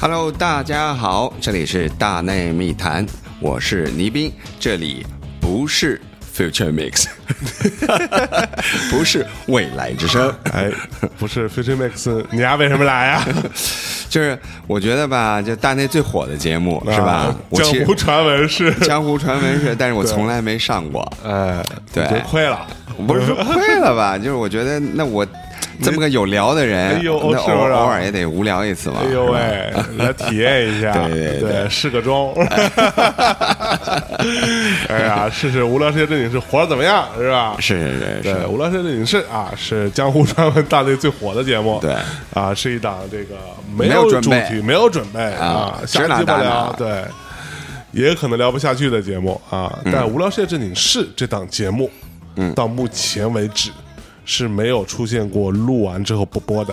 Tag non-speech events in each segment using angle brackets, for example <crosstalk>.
Hello，大家好，这里是大内密谈，我是倪斌，这里不是 Future Mix，不是未来之 <laughs> 声，哎，不是 Future Max，你丫为什么来啊呀、就是我觉得吧，就大内最火的节目 <laughs> 是吧啊？我江其实湖传 <laughs> 闻是，江湖传闻是，但是我从来没上过，哎，对 <laughs> 你就亏了。不是说亏了吧？就是我觉得那我这么个有聊的人，哎呦那是偶不是偶尔也得无聊一次嘛。哎呦喂，来体验一下，对对对试个妆。 <laughs> 哎呀，试试无聊世界正经事活得怎么样，是吧？是是是对，是，无聊世界正经事啊，是江湖传闻大队最火的节目。对，啊，是一档这个没有有准主备题、没有准备啊瞎指哪鸡巴打聊哪，对，也可能聊不下去的节目啊。嗯但无聊世界正经事这档节目，嗯，到目前为止是没有出现过录完之后不播的。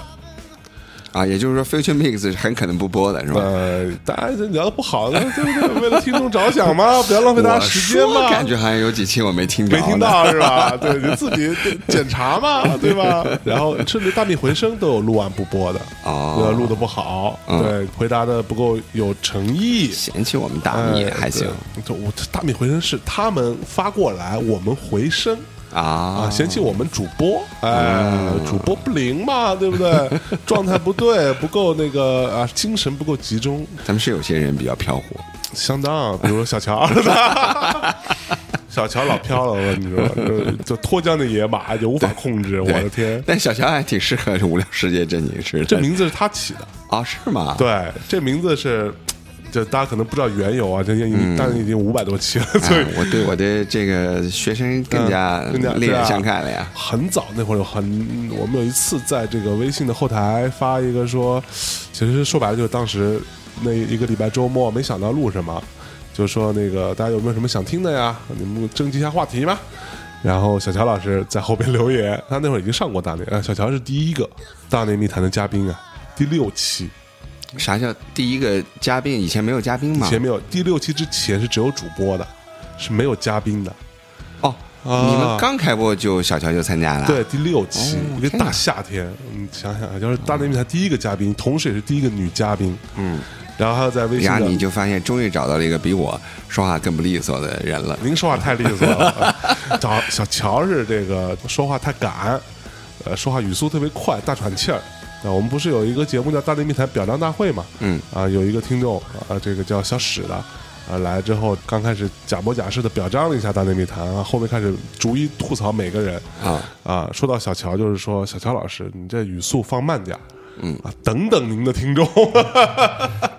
啊，也就是说 Future Mix 是很可能不播的是吧？呃，大家这聊的不好呢，对不对？为了听众着想嘛，不要浪费大家我时间说嘛。感觉好像有几期我没听着没呢，听到是吧？ <laughs> 对，你自己检查 <laughs> 嘛，对吧？然后甚至《大地回声》都有录完不播的，哦对录的不好，对，回答的不够有诚意。嫌弃我们大米哎还行，对就我大米回声是他们发过来，我们回声啊，啊。嫌弃我们主播，哎，主播不灵嘛，对不 <laughs> 对？状态不对，不够那个啊，精神不够集中，咱们是有些人比较飘忽，相当，比如说小乔， <laughs> 小乔老飘了，我跟你说，就就脱缰的野马就无法控制，我的天！但小乔还挺适合《无聊世界》正经事的。这名字是他起的，啊，是吗？对，这名字是，就大家可能不知道缘由啊，这已经但是已经五百多期了，所以啊，我对我的这个学生更加嗯更加另是眼啊相看了呀。很早那会儿有很，我们有一次在这个微信的后台发一个说，其实说白了就是当时那一个礼拜周末没想到录什么，就说那个大家有没有什么想听的呀？你们征集一下话题吧。然后小乔老师在后边留言，他那会儿已经上过大内，呃小乔是第一个大内密谈的嘉宾啊，第六期啥叫第一个嘉宾？以前没有嘉宾吗？前面有第六期之前是只有主播的，是没有嘉宾的。哦，啊你们刚开播就小乔就参加了，对，，第六期哦，一个这大样夏天，你想想，啊，就是大内密谈第一个嘉宾，同时也是第一个女嘉宾，嗯，然后还有在微信然后你的，就发现终于找到了一个比我说话更不利索的人了。您说话太利索了， <laughs> 找小乔是这个说话太赶，呃，说话语速特别快，大喘气儿。啊，我们不是有一个节目叫《大内密谈表彰大会》嘛？嗯，啊，有一个听众啊，这个叫小史的，啊，来之后刚开始假模假式的表彰了一下《大内密谈》，啊，后面开始逐一吐槽每个人啊啊。说到小乔，就是说小乔老师，你这语速放慢点儿，嗯啊，等等您的听众， <laughs>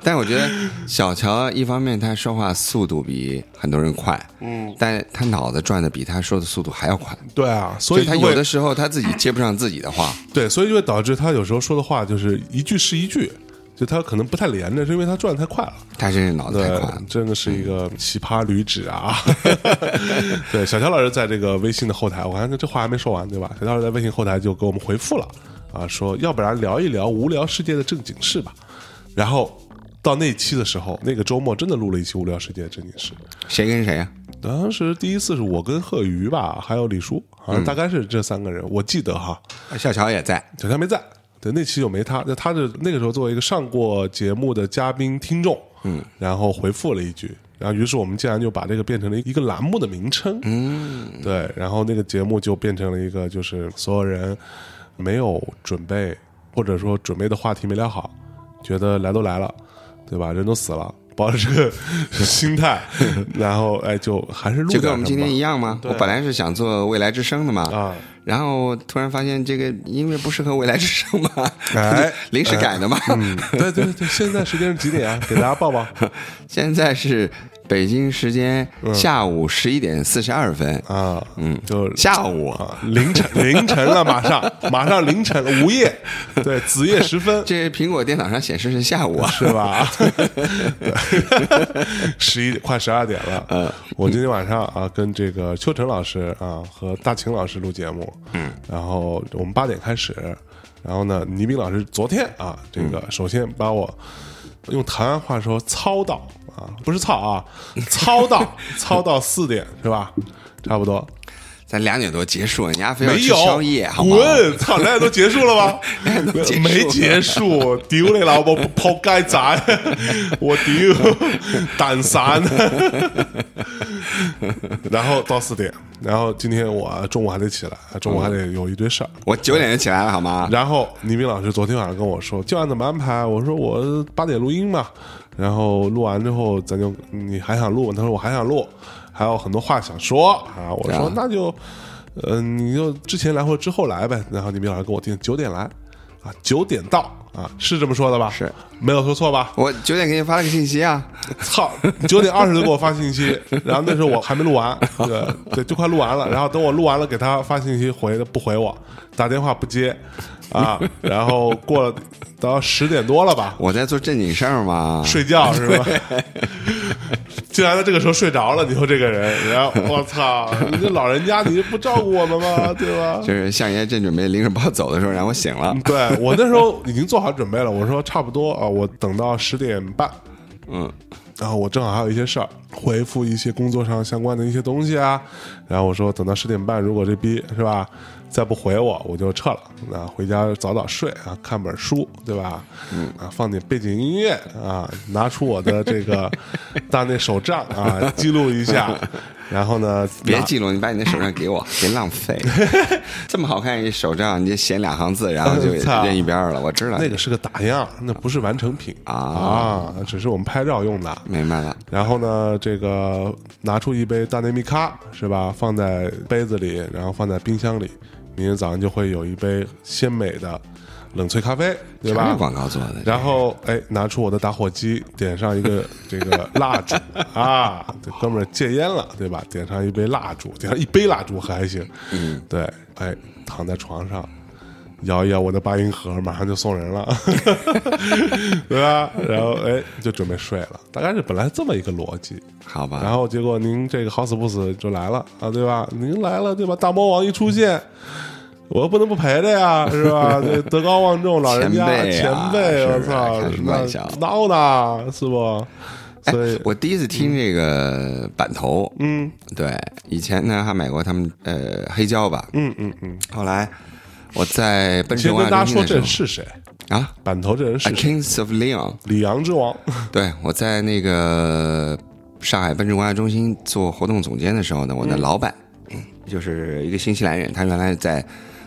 但我觉得小乔一方面他说话速度比很多人快，嗯，但他脑子转的比他说的速度还要快，对啊，所以他就会有的时候他自 <coughs> 己接不上自己的话，对，所以就会导致他有时候说的话就是一句是一句，就他可能不太连着，是因为他转的太快了。他真是脑子太对快了，。真的是一个奇葩驴 <laughs> 子啊！对，小乔老师在这个微信的后台，我看这话还没说完，对吧？小乔老师在微信后台就给我们回复了啊，说要不然聊一聊无聊世界的正经事吧。然后到那期的时候，那个周末真的录了一期无聊世界的正经事。谁跟谁啊？当时第一次是我跟贺宇吧，还有李叔，好像大概是这三个人，我记得哈。小乔也在，小乔没在，对，那期就没他。那他是那个时候作为一个上过节目的嘉宾听众，嗯，然后回复了一句，然后于是我们竟然就把这个变成了一个栏目的名称，嗯，对，然后那个节目就变成了一个就是所有人没有准备，或者说准备的话题没聊好，觉得来都来了，对吧？人都死了。抱着这个 <laughs> 心态，然后哎，就还是录就跟点我们什今么天一样吗？我本来是想做未来之声的嘛，啊，然后突然发现这个音乐不适合未来之声嘛，哎 <laughs> 临时改的嘛。嗯，对对对，现在时间是几点啊？给大家报报。 <laughs> 现在是北京时间下午十一点四十二分，啊，嗯，就下午，啊，凌晨 <laughs> 凌晨了，马上马上凌晨了，午夜，对，子夜时分这苹果电脑上显示是下午啊。 <laughs> 是 <laughs> 吧？十一快十二点了，嗯，我今天晚上啊，跟这个邱晨老师啊和大秦老师录节目，嗯，然后我们八点开始，然后呢，倪斌老师昨天啊，这个首先把我。用台湾话说操到啊，不是操啊，操到操到四点是吧？差不多，咱两点多结束，人家非要没吃有宵夜，好吗？滚！操，咱俩都结束 <laughs> 了吗都结束？了没结束，屌你老母扑街仔！我 <laughs> 屌蛋散。 <laughs> 然后到四点，然后今天我啊中午还得起来，中午还得有一堆事儿。我九点就起来了，好吗？然后倪斌老师昨天晚上跟我说，教案怎么安排？我说我八点录音嘛，然后录完之后咱就嗯你还想录吗？他说我还想录，还有很多话想说啊。我说、啊那就，呃，你就之前来或者之后来呗。然后倪斌老师跟我定九点来，啊，九点到啊，是这么说的吧？是，没有说错吧？我九点给你发了个信息啊，操，九点二十就给我发信息， <laughs> 然后那时候我还没录完，对对，就快录完了。然后等我录完了，给他发信息回不回我，打电话不接啊。然后过了到十点多了吧，我在做正经事儿嘛。睡觉是吧？竟然在这个时候睡着了，你说这个人，然后我操，你这老人家你不照顾我们吗？对吧？就是相爷正准备拎着包走的时候，然后我醒了， <laughs> 对我那时候已经做好准备了，我说差不多啊，我等到十点半，嗯，然后我正好还有一些事儿，回复一些工作上相关的一些东西啊，然后我说等到十点半，如果这逼是吧，再不回我，我就撤了，那回家早早睡啊，看本书对吧？嗯啊，放点背景音乐啊，拿出我的这个大内手账啊，记录一下，然后呢，别拿记录，你把你的手账给我，嗯别浪 <laughs> 费。这么好看一手账，你就写两行字，然后就嗯 <laughs> 操扔一边儿了。我知道，那个是个打样，那不是完成品啊啊，只是我们拍照用的。明白了，然后呢，这个拿出一杯大内密咖是吧？放在杯子里，然后放在冰箱里，明天早上就会有一杯鲜美的冷萃咖啡，对全吧是？广告做的。然后哎，拿出我的打火机，点上一个 <laughs> 这个蜡烛啊，这哥们儿戒烟了，对吧？点上一杯蜡烛，点上一杯蜡烛还行，嗯，对，哎，躺在床上。摇一摇我的八音盒，马上就送人了， <laughs> 对吧？然后哎，就准备睡了，大概是本来这么一个逻辑。好吧，然后结果您这个好死不死就来了啊，对吧？您来了，对吧？大魔王一出现，我又不能不陪着呀，是吧？这德高望重，老人家前辈前啊辈，是我不是操开什，么玩笑哎那闹呢，是不？所以我第一次听这个板头，嗯，对，以前呢还买过他们呃黑胶吧，嗯嗯嗯，后来我在奔驰先文跟化大家中心的说时候这人是谁，啊板头这人，A 是谁？ Kings of Leon，里昂之王， <laughs> 对我在那个上海奔驰文化中心做活动总监的时候呢，我的老板、嗯就是一个新西兰人，他原来在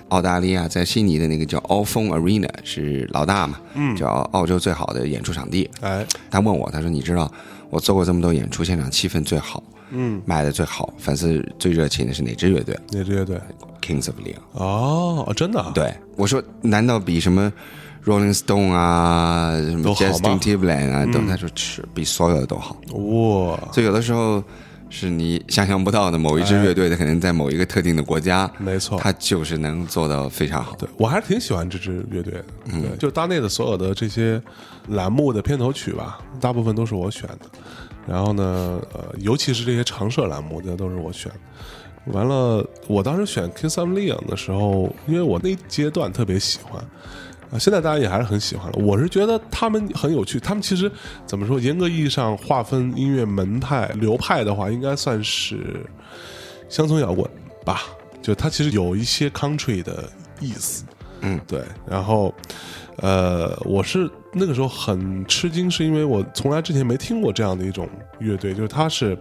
澳大利亚，在悉尼的那个叫 All Phone Arena 是老大嘛，嗯，叫澳洲最好的演出场地，哎，他问我，他说：“你知道我做过这么多演出，现场气氛最好，嗯，卖的最好，粉丝最热情的是哪支乐队哪支乐队？ ？Kings of Leon。哦，哦真的啊，对我说，难道比什么 Rolling Stone 啊，什么都好吗嗯 Justin Timberlake 啊，都他说是比所有的都好。哇，所以有的时候是你想象不到的，某一支乐队，它可能在某一个特定的国家，没错它就是能做到非常好。哦对我还是挺喜欢这支乐队的。对，就大内的所有的这些栏目的片头曲吧，大部分都是我选的。然后呢，呃，尤其是这些常设栏目，这都是我选。完了，我当时选《Kiss of Leon》的时候，因为我那一阶段特别喜欢。啊，现在大家也还是很喜欢了。我是觉得他们很有趣，他们其实怎么说？严格意义上划分音乐门派流派的话，应该算是乡村摇滚吧，就它其实有一些 country 的意思。嗯，对。然后，呃，我是那个时候很吃惊，是因为我从来之前没听过这样的一种乐队，就是它是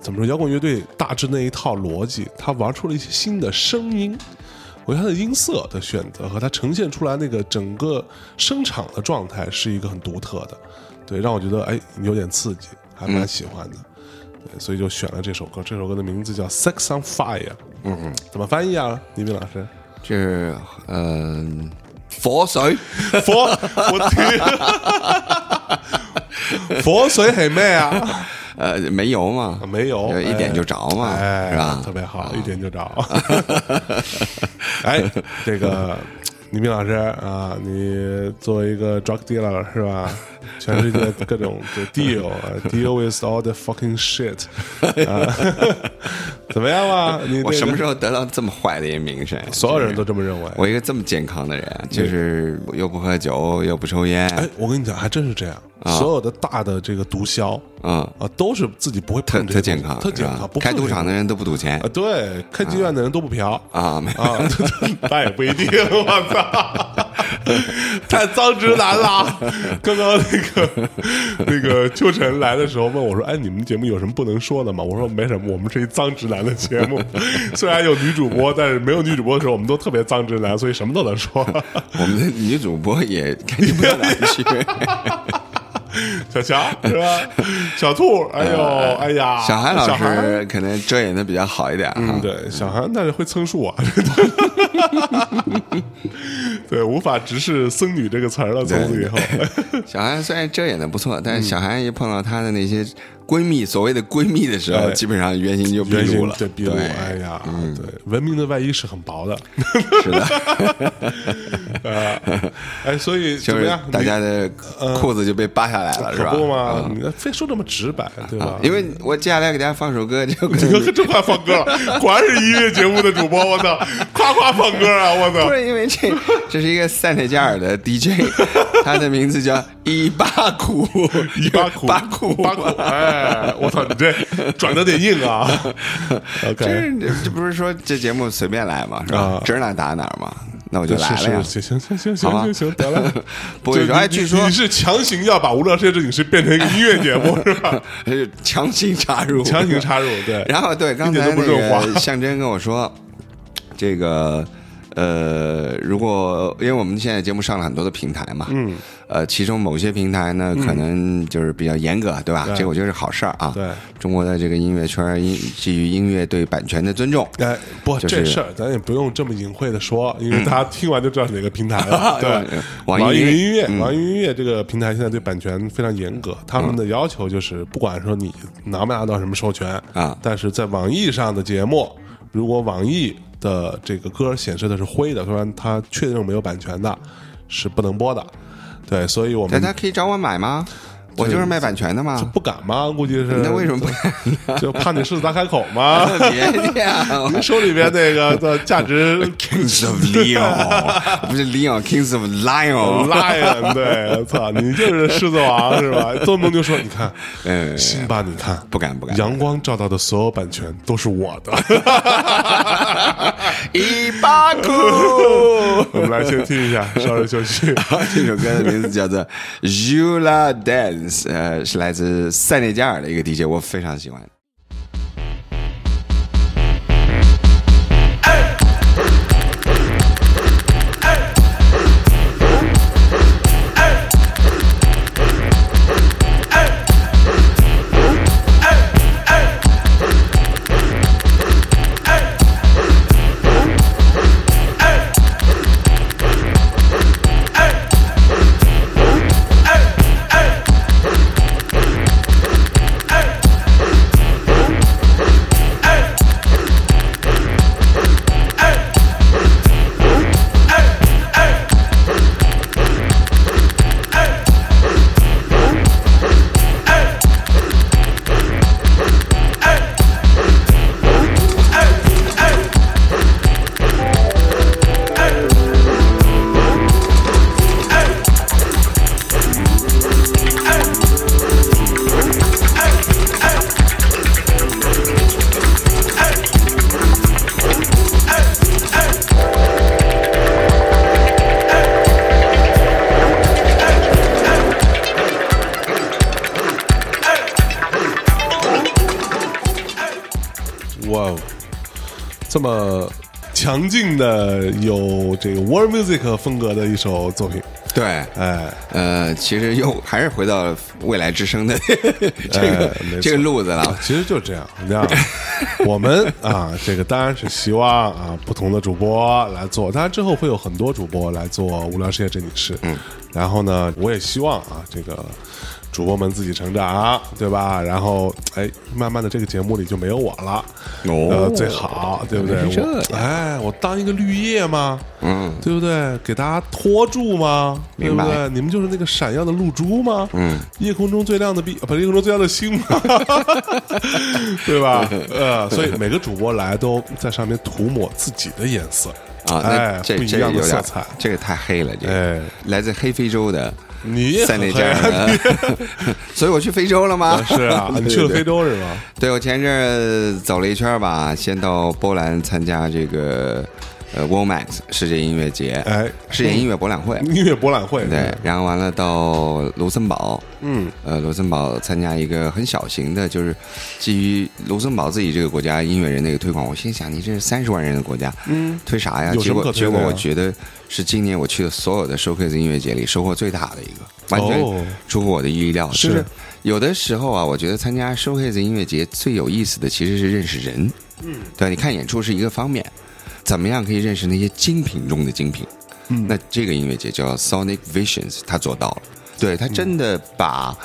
怎么说，摇滚乐队大致那一套逻辑，它玩出了一些新的声音。我觉得它的音色的选择和它呈现出来那个整个声场的状态是一个很独特的，对，让我觉得哎有点刺激，还蛮喜欢的。对，所以就选了这首歌。这首歌的名字叫《Sex on Fire》。嗯嗯，怎么翻译啊，倪斌老师？这是呃，佛 <laughs> 水佛，<laughs> 我天，佛水很媚啊！ <laughs> 呃煤油嘛，没有，就一点就着嘛，哎，是吧？啊特别好，一点 <laughs> 就着。哎，这个倪斌老师啊，你作为一个 drug dealer <laughs> 是吧？全世界各种的 deal 啊 deal with all the fucking shit <laughs> 啊， <laughs> 怎么样啊？你我什么时候候得到这么坏的一个名声？所有人都这么认为？我一个这么健康的人，就是又不喝酒，又不抽烟，哎哎，我跟你讲，还真是这样。啊所有的大的这个毒枭嗯，啊，都是自己不会特碰这特些健东西康，特健是吧康，不碰开这赌些场的人都不赌钱啊，对，开妓院的人都不嫖啊，没有啊， <laughs> 那也不一定，我操， <laughs> 太脏直男了。 <laughs> 刚刚那个那个秋晨来的时候问我说：“哎，你们节目有什么不能说的吗？”我说：“没什么，我们是一脏直男的节目， <laughs> 虽然有女主播，但是没有女主播的时候，我们都特别脏直男，所以什么都能说。 <laughs> 我们的女主播也肯定不到哪里去。小强是吧？小兔，哎呦，哎呀，小韩老小韩师嗯可能遮掩的比较好一点啊哈嗯，。对，小韩但是会蹭数啊， <laughs> 对，无法直视“僧女”这个词儿了，从此以后，嗯小韩虽然遮掩的不错，但是小韩一碰到她的那些闺蜜，所谓的闺蜜的时候，哎基本上原形就 <laughs> 毕原露形了。对毕露，对嗯哎呀，对，文明的外衣是很薄的，是的， <laughs> 啊，哎，所以怎就么是样？大家的裤子就被扒下来了，你是吧？嗯啊可不嘛，你非说这么直白，对吧？因为我接下来给大家放首歌，就跟你看这快放歌 <laughs> 了，果然是音乐节目的主播，我操，夸夸放歌啊，我 <laughs> 操不！是因为这，这是一个塞内加尔的 DJ，他 <laughs> 的名字叫伊巴 <laughs> 库，一巴苦，巴库，巴苦，哎，我操，你这转的得硬 <laughs> 啊！OK，这这不是说这节目随便来嘛，是吧啊？指哪打哪嘛，那我就是来了呀。是行行行行好吧行行行，得了。 <laughs> 不会就说，你哎，你据说你是强行要把《无聊世界正经事》变成一个音乐节目是 <laughs> 吧？呃强行插入，强行插入，对。然后对，刚才一点都那不润个滑象征跟我说，这个呃，如果因为我们现在节目上了很多的平台嘛，嗯，呃，其中某些平台嗯呢，可能就是比较严格，对吧？这个我觉得是好事儿啊。对，中国的这个音乐圈音基于音乐对版权的尊重。哎，不，就是嗯这事儿咱也不用这么隐晦的说，因为大家听完就知道哪个平台 <laughs> 了。对，网网易易云嗯云音乐，网易云音乐这个平台现在对版权非常严格，他嗯们的要求就是，不管说你拿没拿到什么授权啊但是在网易上的节目，如果网易的这个歌显示的是灰的，说然它确认没有版权的，是不能播的。对，所以我那们他可以找我买吗？我就是卖版权的嘛。不敢吗？估计是那为什么不？就怕你狮子大开口吗？ <laughs> 别这样。您手里边那个的 <laughs> 价值 Kings of Leon，不是 <laughs> Leon，Kings of Lion。 lion，对，我操，你就是狮子王 <laughs> 是吧？做梦就说，你看，嗯，辛巴，你看，不敢不敢。阳光照到的所有版权都是我 <laughs> 的。伊巴库。我们来先听一下，稍事 <laughs> 休息。这首歌的名字叫做《Jula Dance》，呃，是来自塞内加尔的一个 DJ，我非常喜欢。哇，哦，这么强劲的有这个 world music 风格的一首作品，对，哎，呃，其实又还是回到了未来之声的 <laughs> 这个、哎没错这个路子了。 <laughs> 其实就是这样，<laughs> 这样，我们啊，这个当然是希望啊，不同的主播来做，当然之后会有很多主播来做《无聊世界正经事》。嗯，然后呢，我也希望啊，这个主播们自己成长，啊对吧？然后，哎，慢慢的这个节目里就没有我了，哦呃最好，对不对？原来是我这哎，我当一个绿叶嘛，嗯，对不对？给大家托住嘛，对明不白对？你们就是那个闪耀的露珠吗？嗯，夜空中最亮的碧，啊不是夜空中最亮的星吗？<laughs> 对吧？呃，所以每个主播来都在上面涂抹自己的颜色啊，那哎，这不一这个样的有色点彩，这个太黑了，这个、哎来自黑非洲的你也塞很内黑加啊 <laughs> 尔， <laughs> 所以我去非洲了吗？是 <laughs> 啊，你去了非洲。洲是吗？对，我前一阵儿走了一圈儿吧，先到波兰参加这个呃 WOMAX 世界音乐节，哎，世界音乐博览会。音乐博览会，对，然后完了到卢森堡，嗯，呃，卢森堡参加一个很小型的，就是基于卢森堡自己这个国家音乐人的一个推广。我心想，你这是三十万人的国家，嗯，推啥呀？有结什么果可推结的呀果我觉得是今年我去的所有的 showcase 音乐节里收获最大的一个，完哦全出乎我的意料。是就是有的时候啊，我觉得参加 showcase 音乐节最有意思的其实是认识人，嗯，对，你看演出是一个方面，怎么样可以认识那些精品中的精品？嗯那这个音乐节叫 Sonic Visions，他做到了，对他真的把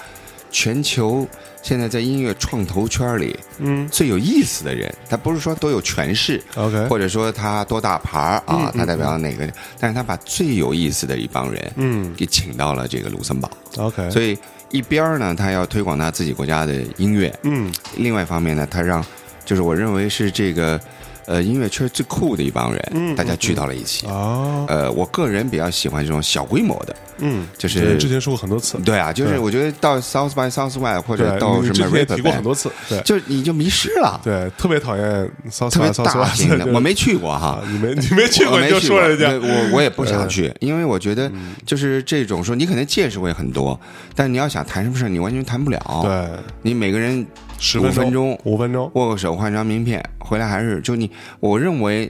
全球现在在音乐创投圈里嗯最有意思的人，他不是说多有权势， ，OK，或者说他多大牌儿嗯啊，他代表哪个，但是他把最有意思的一帮人，嗯给请到了这个卢森堡， ，OK，所以一边儿呢，他要推广他自己国家的音乐，嗯另外一方面呢，他让就是我认为是这个呃音乐圈最酷的一帮人，嗯大家聚到了一起。啊，呃，我个人比较喜欢这种小规模的，嗯，就是对之前说过很多次，对啊，就是对我觉得到 South by Southwest 或者对，啊到你什之么前也 Ripper 提过很 Band，多次，对就是你就迷失了，对，特别讨厌骚特骚别骚大型的，我没去过哈啊，，你没你没去我过你没就去说过，人家嗯对我我也 <laughs> 不想去，因为我觉得就是这种说你可能见识会很多，但你要想谈什么事儿你完全谈不了，对，你每个人十五分钟五分钟，握个手换张名片，回来还是就你，我认为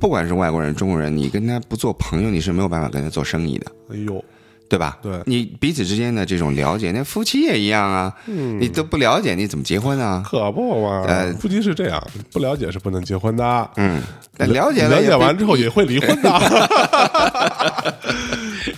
不管是外国人、中国人，你跟他不做朋友，你是没有办法跟他做生意的，哎呦，对吧？对你彼此之间的这种了解，那夫妻也一样啊，你都不了解，你怎么结婚啊？可不嘛呃，夫妻是这样，不了解是不能结婚的，嗯，那了解了了也解不完之后也会离婚 <laughs> 的， <laughs>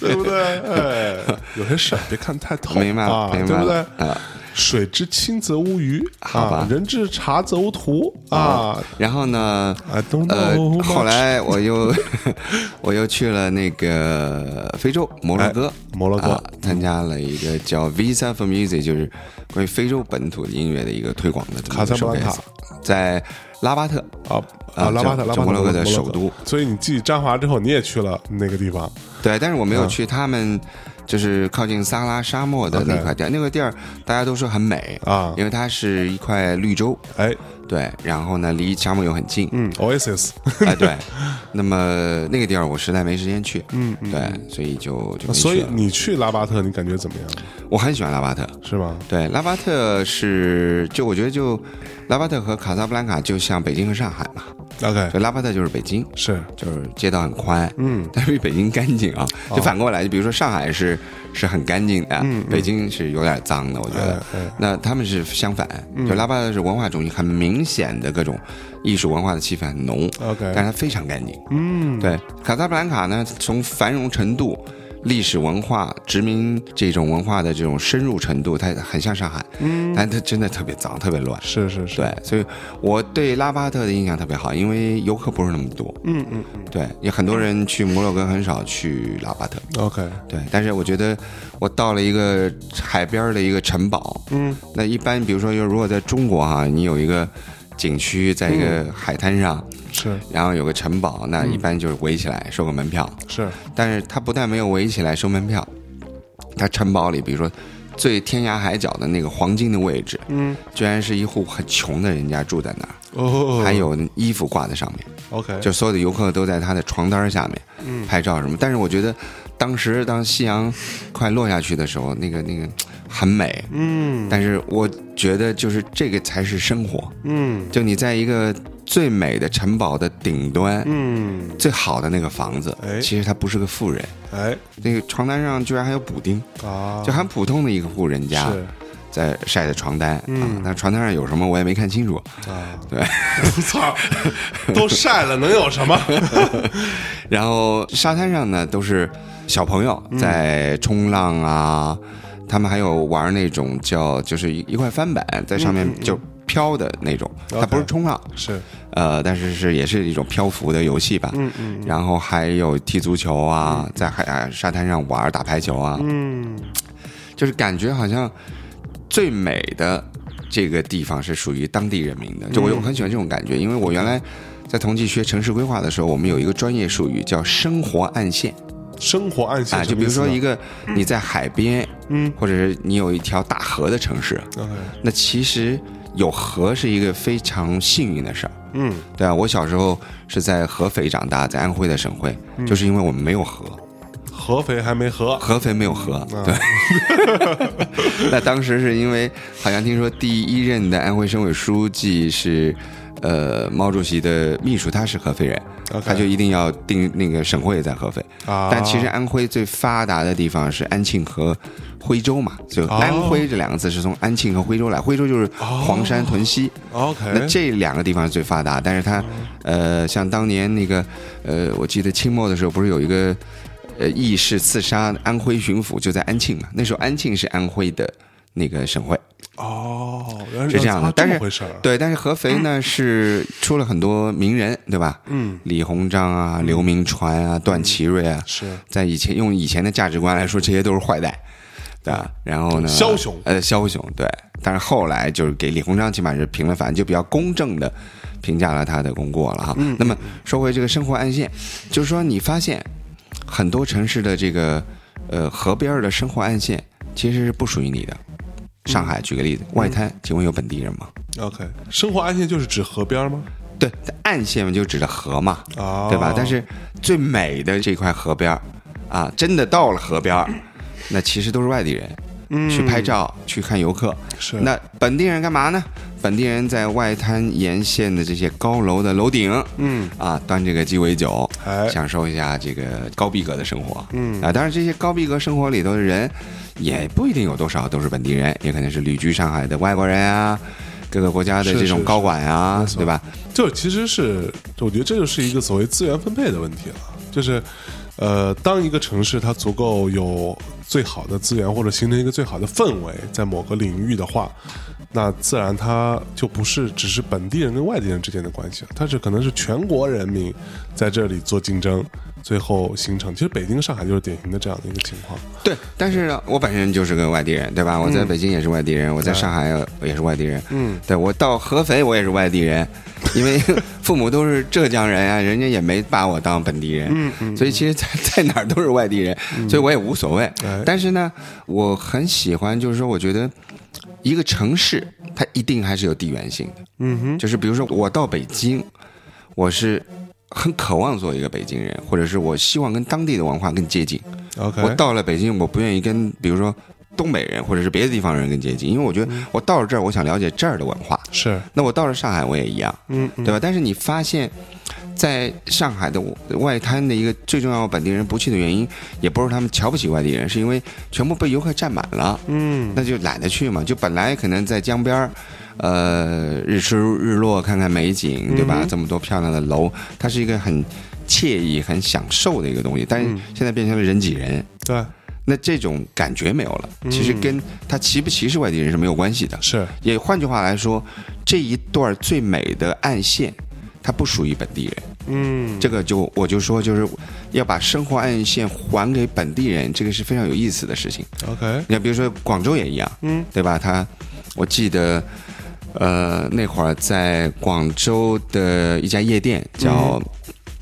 对不对？哎，有些事儿别看太透，明白了，啊，明对白不对了？啊。水之清则无鱼好吧啊，人之察则无徒啊。然后呢？ I don't 呃 know，much 后来我又 <laughs> 我又去了那个非洲摩洛哥，哎摩洛哥啊参加了一个叫 Visa for Music，就是关于非洲本土音乐的一个推广的这么卡一个萨布兰 showcase，卡在拉巴特。啊啊啊，拉巴叫特，叫拉巴特摩洛哥的首都。所以你继沾华之后，你也去了那个地方，对，但是我啊没有去他们，就是靠近撒哈拉沙漠的那块地儿，那个地儿大家都说很美啊因为它是一块绿洲，哎，对，然后呢离沙漠又很近， <laughs> 嗯，Oasis， <laughs> 哎对，那么那个地儿我实在没时间去，嗯，对，所以就就没啊所去以了。你去拉巴特，你感觉怎么样？我很喜欢拉巴特，是吗？对，拉巴特是就我觉得就拉巴特和卡萨布兰卡就像北京和上海嘛， ？OK，对，拉巴特就是北京，是，就是街道很宽，嗯，但是比北京干净啊。就反过来，就比如说上海是是很干净的，北京是有点脏的，我觉得。哎哎那他们是相反，就拉巴特是文化中心，很明显的各种艺术文化的气氛很浓，但是 OK，它非常呃干净。嗯，对，卡萨布兰卡呢，从繁荣程度、历史文化、殖民这种文化的这种深入程度，它很像上海，嗯，但它真的特别脏，特别乱。是是是，对，所以我对拉巴特的印象特别好，因为游客不是那么多，嗯嗯嗯对，也很多人去摩洛哥，很少去拉巴特。 ，OK，对，但是我觉得我到了一个海边儿的一个城堡，嗯，那一般比如说，如果在中国哈、你有一个景区在一嗯个海滩上，是然后有个城堡，那嗯一般就是围起来收个门票。是，但是它不但没有围起来收门票，它城堡里，比如说最天涯海角的那个黄金的位置，嗯，居然是一户很穷的人家住在那儿，哦，还有衣服挂在上面。 OK，就所有的游客都在他的床单下嗯面拍照什么。但是我觉得，当时当夕阳快落下去的时候，那个那个很美。嗯但是我觉得，就是这个才是生活。嗯就你在一个最美的城堡的顶端，嗯，最好的那个房子哎，其实他不是个富人，哎那个床单上居然还有补丁，啊，就很普通的一个户人家是 <laughs> 在晒的床单啊嗯。但床单上有什么我也没看清楚。啊，对，操，都晒了能有什么？ <laughs> 然后沙滩上呢都是小朋友嗯在冲浪啊，他们还有玩那种叫就是一一块翻板在上面就飘的那种，它嗯 OK 不是冲浪，是，呃，但是是也是一种漂浮的游戏吧。嗯嗯然后还有踢足球啊，在海啊沙滩上玩打排球啊，嗯，就是感觉好像最美的这个地方是属于当地人民的。嗯就我我很喜欢这种感觉，因为我原来在同济学城市规划的时候，我们有一个专业术语叫生活暗线。生活暗线啊，就比如说一个，个你在海边，嗯或者是你有一条大河的城市， OK，那其实有河是一个非常幸运的事儿。嗯对啊，我小时候是在合肥长大，在安徽的省会，嗯就是因为我们没有河，合肥还没合，合肥没有啊河。对， <laughs> 那当时是因为好像听说第一任的安徽省委书记是。呃，毛主席的秘书他是合肥人 OK 他就一定要定那个省会在合肥。啊但其实安徽最发达的地方是安庆和徽州嘛，就哦安徽这两个字是从安庆和徽州来，徽州就是黄山屯溪。哦那 OK，这两个地方是最发达，但是哦它，呃，像当年那个，呃，我记得清末的时候，不是有一个，呃，义士刺杀安徽巡抚，就在安庆嘛。那时候安庆是安徽的那个省会，哦，原来是这样的啊但么是回事儿，对。但是合肥呢是出了很多名人，对吧？嗯，李鸿章啊，刘铭传啊，段祺瑞啊，是在以前用以前的价值观来说，这些都是坏蛋，对吧？然后呢，枭雄呃，枭雄，对。但是后来就是给李鸿章起码是平了反，就比较公正的评价了他的功过了哈。嗯那么说回这个生活暗线，就是说你发现很多城市的这个呃河边儿的生活暗线其实是不属于你的。上嗯海举个例子，外滩，请问有本地人吗？ OK，生活暗线就是指河边吗？对，暗线嘛就指着河嘛，啊，对吧？但是最美的这块河边儿啊，真的到了河边儿，那其实都是外地人、去拍照、去看游客。嗯是那本地人干嘛呢？本地人在外滩沿线的这些高楼的楼顶，嗯啊，端这个鸡尾酒，哎享受一下这个高逼格的生活。嗯啊，当然这些高逼格生活里头的人，也不一定有多少都是本地人，也可能是旅居上海的外国人啊，各个国家的是这是种是高管啊，对吧？就其实是，我觉得这就是一个所谓资源分配的问题了。就是，呃，当一个城市它足够有最好的资源，或者形成一个最好的氛围，在某个领域的话，那自然它就不是只是本地人跟外地人之间的关系了，它是可能是全国人民在这里做竞争，最后形成。其实北京、上海就是典型的这样的一个情况。对，但是呢我本身就是个外地人，对吧？我在北京也是外地人，我在上海也是外地人，嗯，对我到合肥我也是外地人，因 <laughs> 为父母都是浙江人啊，人家也没把我当本地人，嗯嗯，所以其实在在哪儿都是外地人，所以我也无所谓哎。但是呢，我很喜欢，就是说，我觉得一个城市它一定还是有地缘性的，嗯哼，就是比如说我到北京，我是很渴望做一个北京人，或者是我希望跟当地的文化更接近。 OK，我到了北京，我不愿意跟比如说东北人或者是别的地方人更接近，因为我觉得嗯我到了这儿，我想了解这儿的文化。是，那我到了上海，我也一样，嗯，对吧？但是你发现，在上海的外滩的一个最重要的本地人不去的原因，也不是他们瞧不起外地人，是因为全部被游客占满了，嗯，那就懒得去嘛。就本来可能在江边儿，呃，日出日落看看美景，对嗯吧？这么多漂亮的楼，它是一个很惬意、很享受的一个东西，但嗯是现在变成了人挤人。对，那这种感觉没有了，嗯其实跟他歧不歧视外地人是没有关系的。是，也换句话来说，这一段最美的暗线，它不属于本地人。嗯，这个就我就说，就是要把生活暗线还给本地人，这个是非常有意思的事情。 OK，你看，比如说广州也一样，嗯，对吧？它，我记得，呃，那会儿在广州的一家夜店叫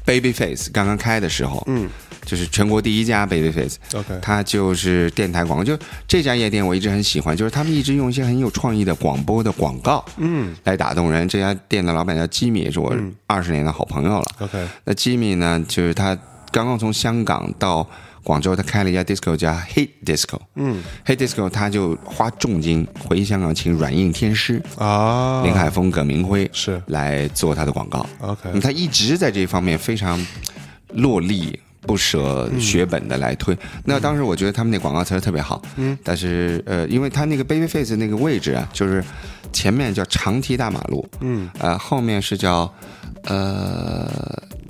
Babyface，刚刚开的时候，嗯，就是全国第一家 Babyface。 ，OK，它就是电台广告，就这家夜店我一直很喜欢，就是他们一直用一些很有创意的广播的广告嗯来打动人。这家店的老板叫吉米，也是我二十年的好朋友了。 ，OK，那吉米呢，就是他刚刚从香港到广州，他开了一家 disco 叫 Hit Disco。嗯 Hit Disco 他就花重金回香港请软硬天师、啊，林海峰、葛明辉是来做他的广告。 OK，嗯他一直在这方面非常落力、不舍血本的来推。那当时我觉得他们那广告词儿特别好，嗯，但是呃，因为他那个 Babyface 那个位置啊，就是前面叫长堤大马路，嗯，呃，后面是叫呃，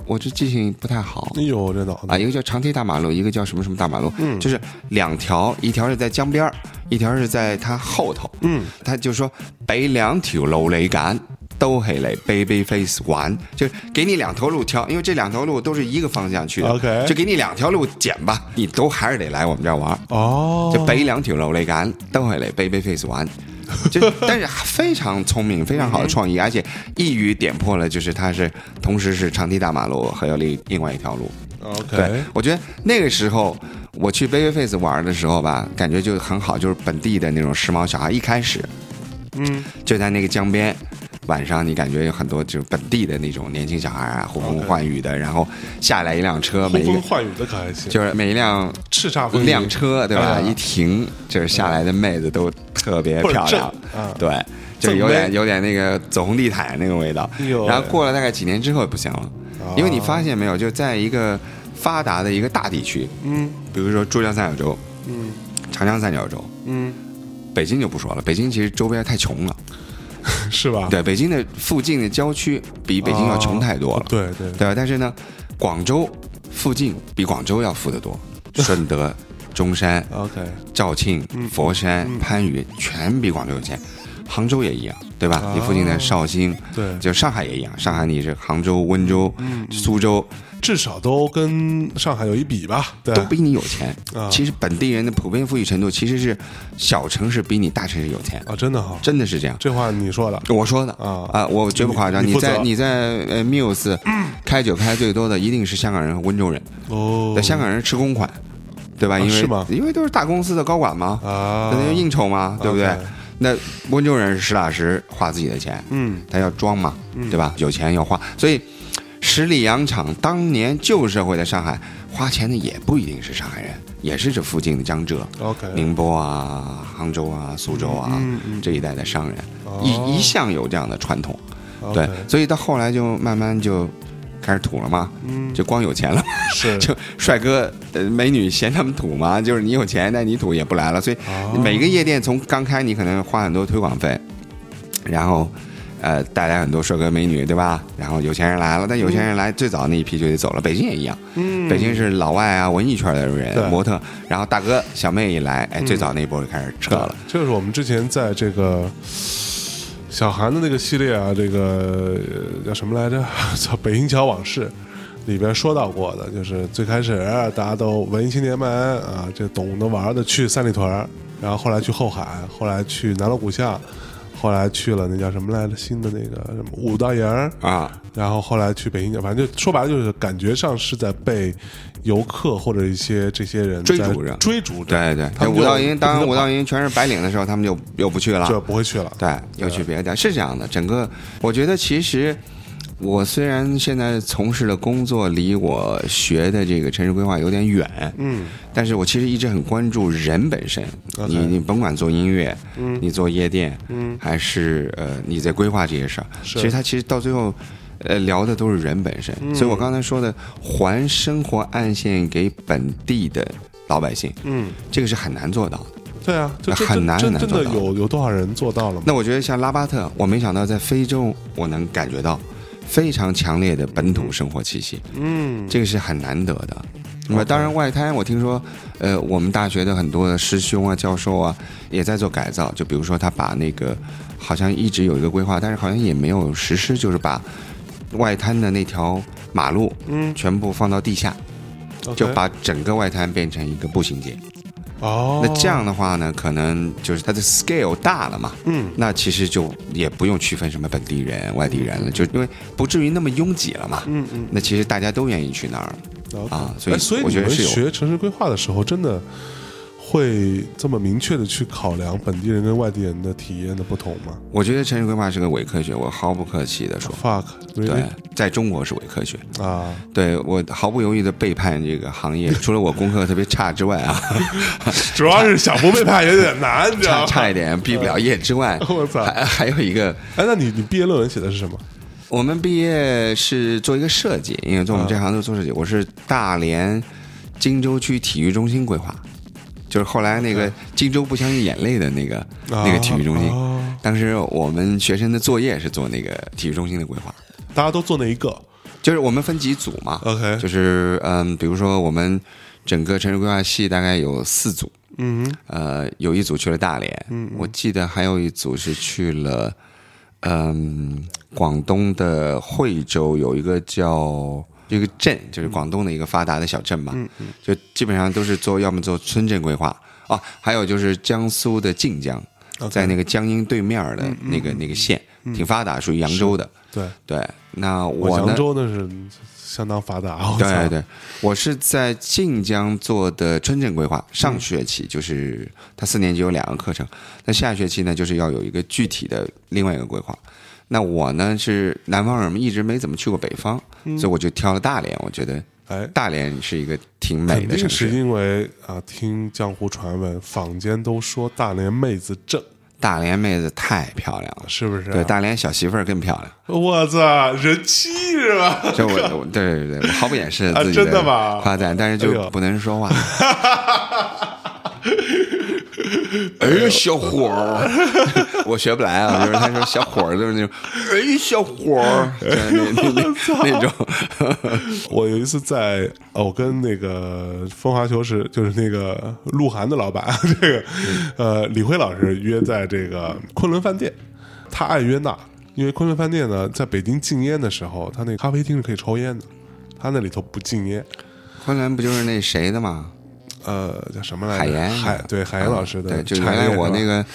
我这记性不太好。哎呦，这脑子啊，一个叫长堤大马路，一个叫什么什么大马路，嗯，就是两条，一条是在江边儿，一条是在它后头，嗯，他就说俾兩條路你揀，都係嚟 Babyface 玩，就是给你两条路挑，因为这两条路都是一个方向去的 OK 就给你两条路捡吧，你都还是得来我们这儿玩。哦，就俾兩條路你揀，都係嚟 Babyface 玩。 <laughs> 就但是非常聪明，非常好的嗯创意，而且一语点破了，就是它是同时是长堤大马路，还有另另外一条路。 OK，我觉得那个时候我去 Babyface 玩的时候吧，感觉就很好，就是本地的那种时髦小孩。一开始嗯，就在那个江边，晚上你感觉有很多就是本地的那种年轻小孩啊，呼风 OK 唤雨的，然后下来一辆车，呼每一个风唤雨的可还行，就是每一辆叱咤风云辆车对吧？嗯一停，就是下来的妹子都特别漂倍亮儿正嗯，对，就正有点妹有点那个走红地毯那个味道哎。呦然后过了大概几年之后也不行了，因为你发现没有，就在一个发达的一个大地区，嗯比如说珠江三角洲、嗯长江三角洲，嗯，北京就不说了，北京其实周边太穷了。是吧？对，北京的附近的郊区比北京要穷太多了。对对，对吧？但是呢，广州附近比广州要富得多，顺德、中山、 OK，肇庆、佛山、番禺全比广州有钱，杭州也一样，对吧？你附近的绍兴，对就上海也一样，上海你是杭州、温州、苏州至少都跟上海有一比吧？对，都比你有钱啊。其实本地人的普遍富裕程度其实是小城市比你大城市有钱，啊，真的哈，真的是这样。这话你说的，我说的啊我绝不夸张。你你你负责在你在呃 Muse 开酒开最多的一定是香港人和温州人，哦对，香港人吃公款，对吧？因为啊是吗因为都是大公司的高管嘛，啊，那就应酬嘛，对不对 OK？那温州人是实打实花自己的钱，嗯，他要装嘛，对吧？有钱要花，所以十里洋场当年旧社会的上海花钱的也不一定是上海人，也是这附近的江浙、 OK，宁波啊、杭州啊、苏州啊嗯嗯这一带的商人，哦一一向有这样的传统，对 OK，，所以到后来就慢慢就开始土了嘛，嗯，就光有钱 <laughs> 了。是就帅哥、呃美女嫌他们土嘛，就是你有钱，但你土也不来了。所以哦每个夜店从刚开，你可能花很多推广费，然后呃带来很多帅哥美女，对吧？然后有钱人来了，但有钱人来最早那一批就得走了。北京也一样，嗯北京是老外啊、文艺圈的对嗯人、模特，然后大哥小妹一来，哎，最早那一波就开始撤了。这就是我们之前在这个小韩的那个系列啊，这个呃叫什么来着？ <laughs> 叫《北京桥往事》里边说到过的，就是最开始啊大家都文艺青年们啊，这懂得玩的去三里屯儿，然后后来去后海，后来去南锣鼓巷，后来去了那叫什么来着？新的那个什么五道营儿啊，然后后来去北京反正就说白了就是感觉上是在被游客或者一些这些人追在逐着追逐着，对对，他这们五道就营当然不停地五道营全是白领的时候，他们就又不去了，跑就不会去了。对，要去别的地儿是这样的。整个我觉得其实。我虽然现在从事的工作离我学的这个城市规划有点远，嗯，但是我其实一直很关注人本身。你你甭管做音乐，嗯，你做夜店，嗯，还是呃你在规划这些事儿，其实它其实到最后，呃聊的都是人本身。所以我刚才说的，还生活暗线给本地的老百姓，嗯，这个是很难做到的。对啊，这这很难这很真难的做到有有多少人做到了吗？那我觉得像拉巴特，我没想到在非洲，我能感觉到非常强烈的本土生活气息，嗯，这个是很难得的。那么当然，外滩我听说，呃，我们大学的很多的师兄啊、教授啊，也在做改造。就比如说，他把那个好像一直有一个规划，但是好像也没有实施，就是把外滩的那条马路，嗯，全部放到地下， OK 就把整个外滩变成一个步行街。哦，那这样的话呢，可能就是它的 scale 大了嘛，嗯，那其实就也不用区分什么本地人、外地人了，就因为不至于那么拥挤了嘛，嗯嗯那其实大家都愿意去那儿， OK 啊所以哎所以我觉得你们是有学城市规划的时候，真的会这么明确的去考量本地人跟外地人的体验的不同吗我觉得城市规划是个伪科学，我毫不客气的说， ？Fuck，对 really？，在中国是伪科学， <laughs> 啊，对我毫不犹豫的背叛这个行业，除了我功课特别差之外 <laughs> 啊，主要是想不背叛有点 <laughs> 难，你知道差吗？差一点毕不了业之 <laughs>，外我操还还有一个。哎，那你你毕业论文写的是什么？我们毕业是做一个设计，因为做我们这行都是做设计。我是大连荆州区体育中心规划，就是后来那个荆州不相信眼泪的那个、啊那个体育中心。哦当时我们学生的作业是做那个体育中心的规划，大家都做那一个就是我们分几组嘛。 ，OK，就是嗯，比如说我们整个城市规划系大概有四组，嗯呃，有一组去了大连，我记得还有一组是去了，嗯，广东的惠州有一个叫一个镇，就是广东的一个发达的小镇吧，嗯就基本上都是做要么做村镇规划哦啊，还有就是江苏的晋江， ，OK，嗯在那个江阴对面的那个那个县，挺发达，属于扬州的。对，对，那嗯我我呢扬？州那是相当发达，我对操对，我是在晋江做的村镇规划，上学期嗯就是他四年级有两个课程，那下学期呢就是要有一个具体的另外一个规划。那我呢是南方人嘛，一直没怎么去过北方，嗯所以我就挑了大连。我觉得哎，大连是一个挺美肯的定城是市，因为啊，听江湖传闻，坊间都说大连妹子正，大连妹子太漂亮了，是不是、啊对，，大连小媳妇儿更漂亮。我操，人气是吧？ <laughs> 就我，我对对对，我毫不掩饰啊自己真的吗夸赞，但是哎呦就不能说 <laughs> 话。哎呀，小伙儿， <laughs> 我学不来啊！就是他说小伙儿，就是那种，哎，小伙儿，哎就是那那那那种， <laughs> 我有一次在，呃我跟那个风华球时，就是那个鹿晗的老板， <laughs> 这个嗯呃李辉老师约在这个昆仑饭店，他爱约那，因为昆仑饭店呢，在北京禁烟的时候，他那个咖啡厅是可以抽烟的，他那里头不禁烟。昆仑不就是那谁的吗？呃，叫什么来着？海岩啊海对海岩老师的对，就产原来业我是吧那个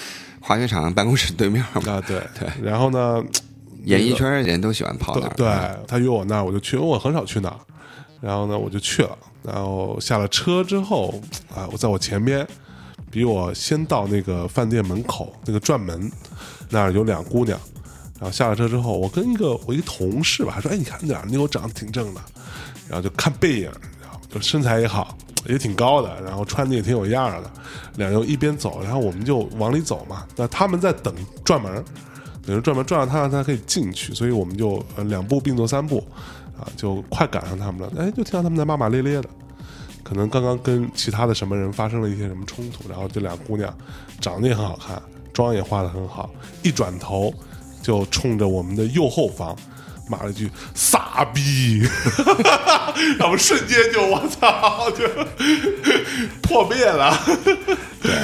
滑雪场办公室对面嘛， <laughs> 啊，对对。然后 <laughs> 呢，演艺圈人都喜欢跑那儿。对，他约我那儿，我就去，因为我很少去那儿。然后呢，我就去了。然后下了车之后，啊，我在我前边，比我先到那个饭店门口那个转门那儿有两姑娘。然后下了车之后，我跟一个我一同事吧，还说：“哎，你看那俩妞长得挺正的。”然后就看背影，然后就身材也好，也挺高的，然后穿的也挺有样儿的。两人一边走，然后我们就往里走嘛。那他们在等转门呃儿，等于转门转到他，让他可以进去，所以我们就呃两步并作三步，啊，就快赶上他们了。哎，就听到他们在骂骂咧咧的，可能刚刚跟其他的什么人发生了一些什么冲突，然后这俩姑娘长得也很好看，妆也化得很好，一转头就冲着我们的右后方骂了一句“傻逼”， <laughs> 然后瞬间就我操就破灭了，对，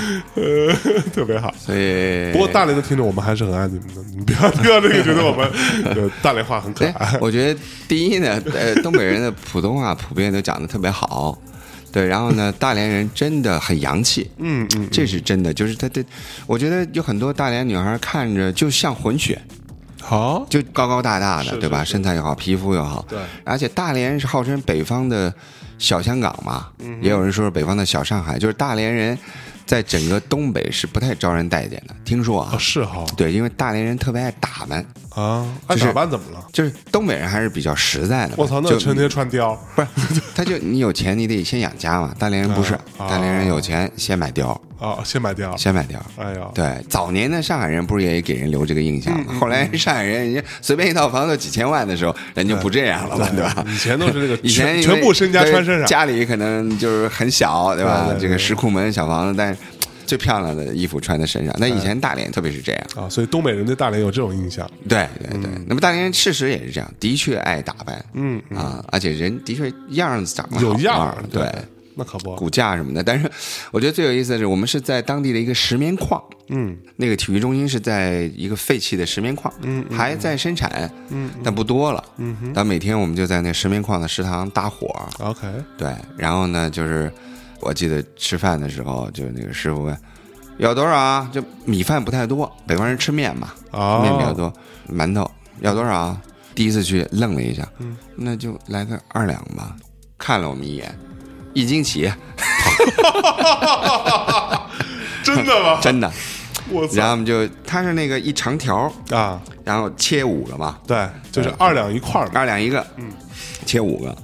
呃，特别好。所以不过大连的听众，我们还是很爱你们的，你们不要不要这个觉得我们呃大连话很 <laughs> 可哎爱，。我觉得第一呢，呃，东北人的普通话普遍都讲的特别好， <laughs> 对，然后呢，大连人真的很洋气，嗯嗯，这是真的，就是他的，我觉得有很多大连女孩看着就像混血，好，就高高大大的，是对吧？是身材又好，皮肤又好，对而且大连是号称北方的小香港嘛，嗯也有人说是北方的小上海，就是大连人在整个东北是不太招人待见的，听说啊哦，，是哈对，因为大连人特别爱打扮。啊，爱就是打扮怎么了？就是东北人还是比较实在的嘛，我操，那就成天穿貂，不是，他就你有钱，你得先养家嘛。大连人不是，啊大连人有钱先买貂，啊，先买貂，先买貂。哎呀，对，早年的上海人不是也给人留这个印嗯象吗？后来上海人人家随便一套房都几千万的时候，人就不这样了嘛，对吧？哎以前都是这个 <laughs> 以前全因为全部身家穿身对上，家里可能就是很小，对吧？对对对这个石库门小房子，但是最漂亮的衣服穿在身上。那以前大连特别是这样，啊，所以东北人对大连有这种印象，对对对，嗯那么大连人事实也是这样，的确爱打扮，嗯啊，而且人的确样子长得有好样看儿儿，，对对，，那可不，骨架什么的。但是我觉得最有意思的是，我们是在当地的一个石棉矿，嗯，那个体育中心是在一个废弃的石棉矿，嗯，还在生产，嗯，但不多了，嗯，但每天我们就在那石棉矿的食堂搭伙， OK，对，然后呢，就是我记得吃饭的时候，就是那个师傅问要多少啊？就米饭不太多，北方人吃面嘛，哦面比较多，馒头要多少啊？第一次去愣了一下，那就来个二两吧。看了我们一眼，一斤起，真 <laughs> 的吗？真的。我然后操我们就它是那个一长条，啊，然后切五个嘛，对，就是二两一块儿嘛，二两一个，嗯，切五个，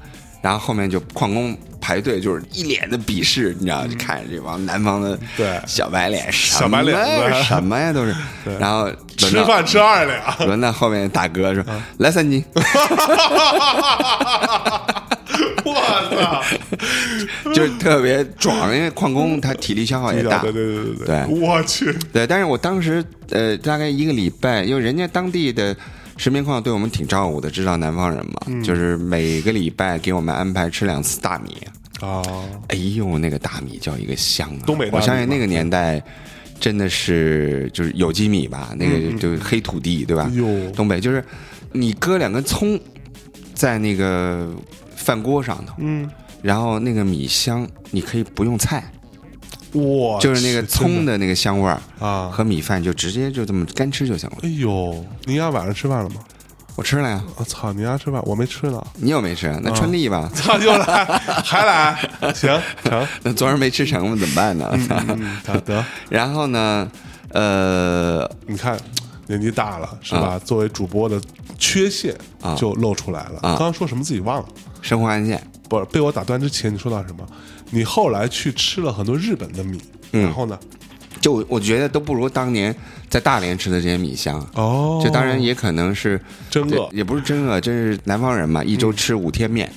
然后后面就矿工排队，就是一脸的鄙视，你知道，就看着这帮南方的对小白脸，小白脸什么呀子什么呀都是，然后轮吃到饭嗯吃 <laughs> 二两，轮到后面大哥说来三斤，我 <laughs> 就是特别壮，因为矿工他体力消耗操，也哎大， <laughs> 对对对对对我去，对，但是我当时呃，大概一个礼拜，因为人家当地的石棉矿对我们挺照顾的，知道南方人嘛，嗯就是每个礼拜给我们安排吃两次大米。啊，哎呦，那个大米叫一个香啊！东北大米我相信那个年代真的是就是有机米吧，那嗯个就是黑土地，对吧？哟 <laughs> 东北就是你搁两根葱在那个饭锅上头，嗯，然后那个米香，你可以不用菜，<laughs> 哇，就是那个去葱的那个香味儿啊和米饭就直接就这么干吃就行了。哎呦，你丫晚上吃饭了吗？我吃了呀，我、操，你丫吃饭，我没吃 <laughs> 呢。你又没吃，那哦春丽吧，操，又来，还来，行行，那昨儿没吃成怎么办呢？嗯，好的。 <laughs> 然后呢，呃， <laughs> 你看，年纪大了是啊吧？作为主播的缺陷就露出来了。啊刚刚说什么自己忘了，生活案件，不是被我打断之前你说到什么？你后来去吃了很多日本的米，嗯然后呢？就我我觉得都不如当年在大连吃的这些米香。哦这当然也可能是真对饿嗯也不是真饿，真是南方人嘛，一周吃五天面，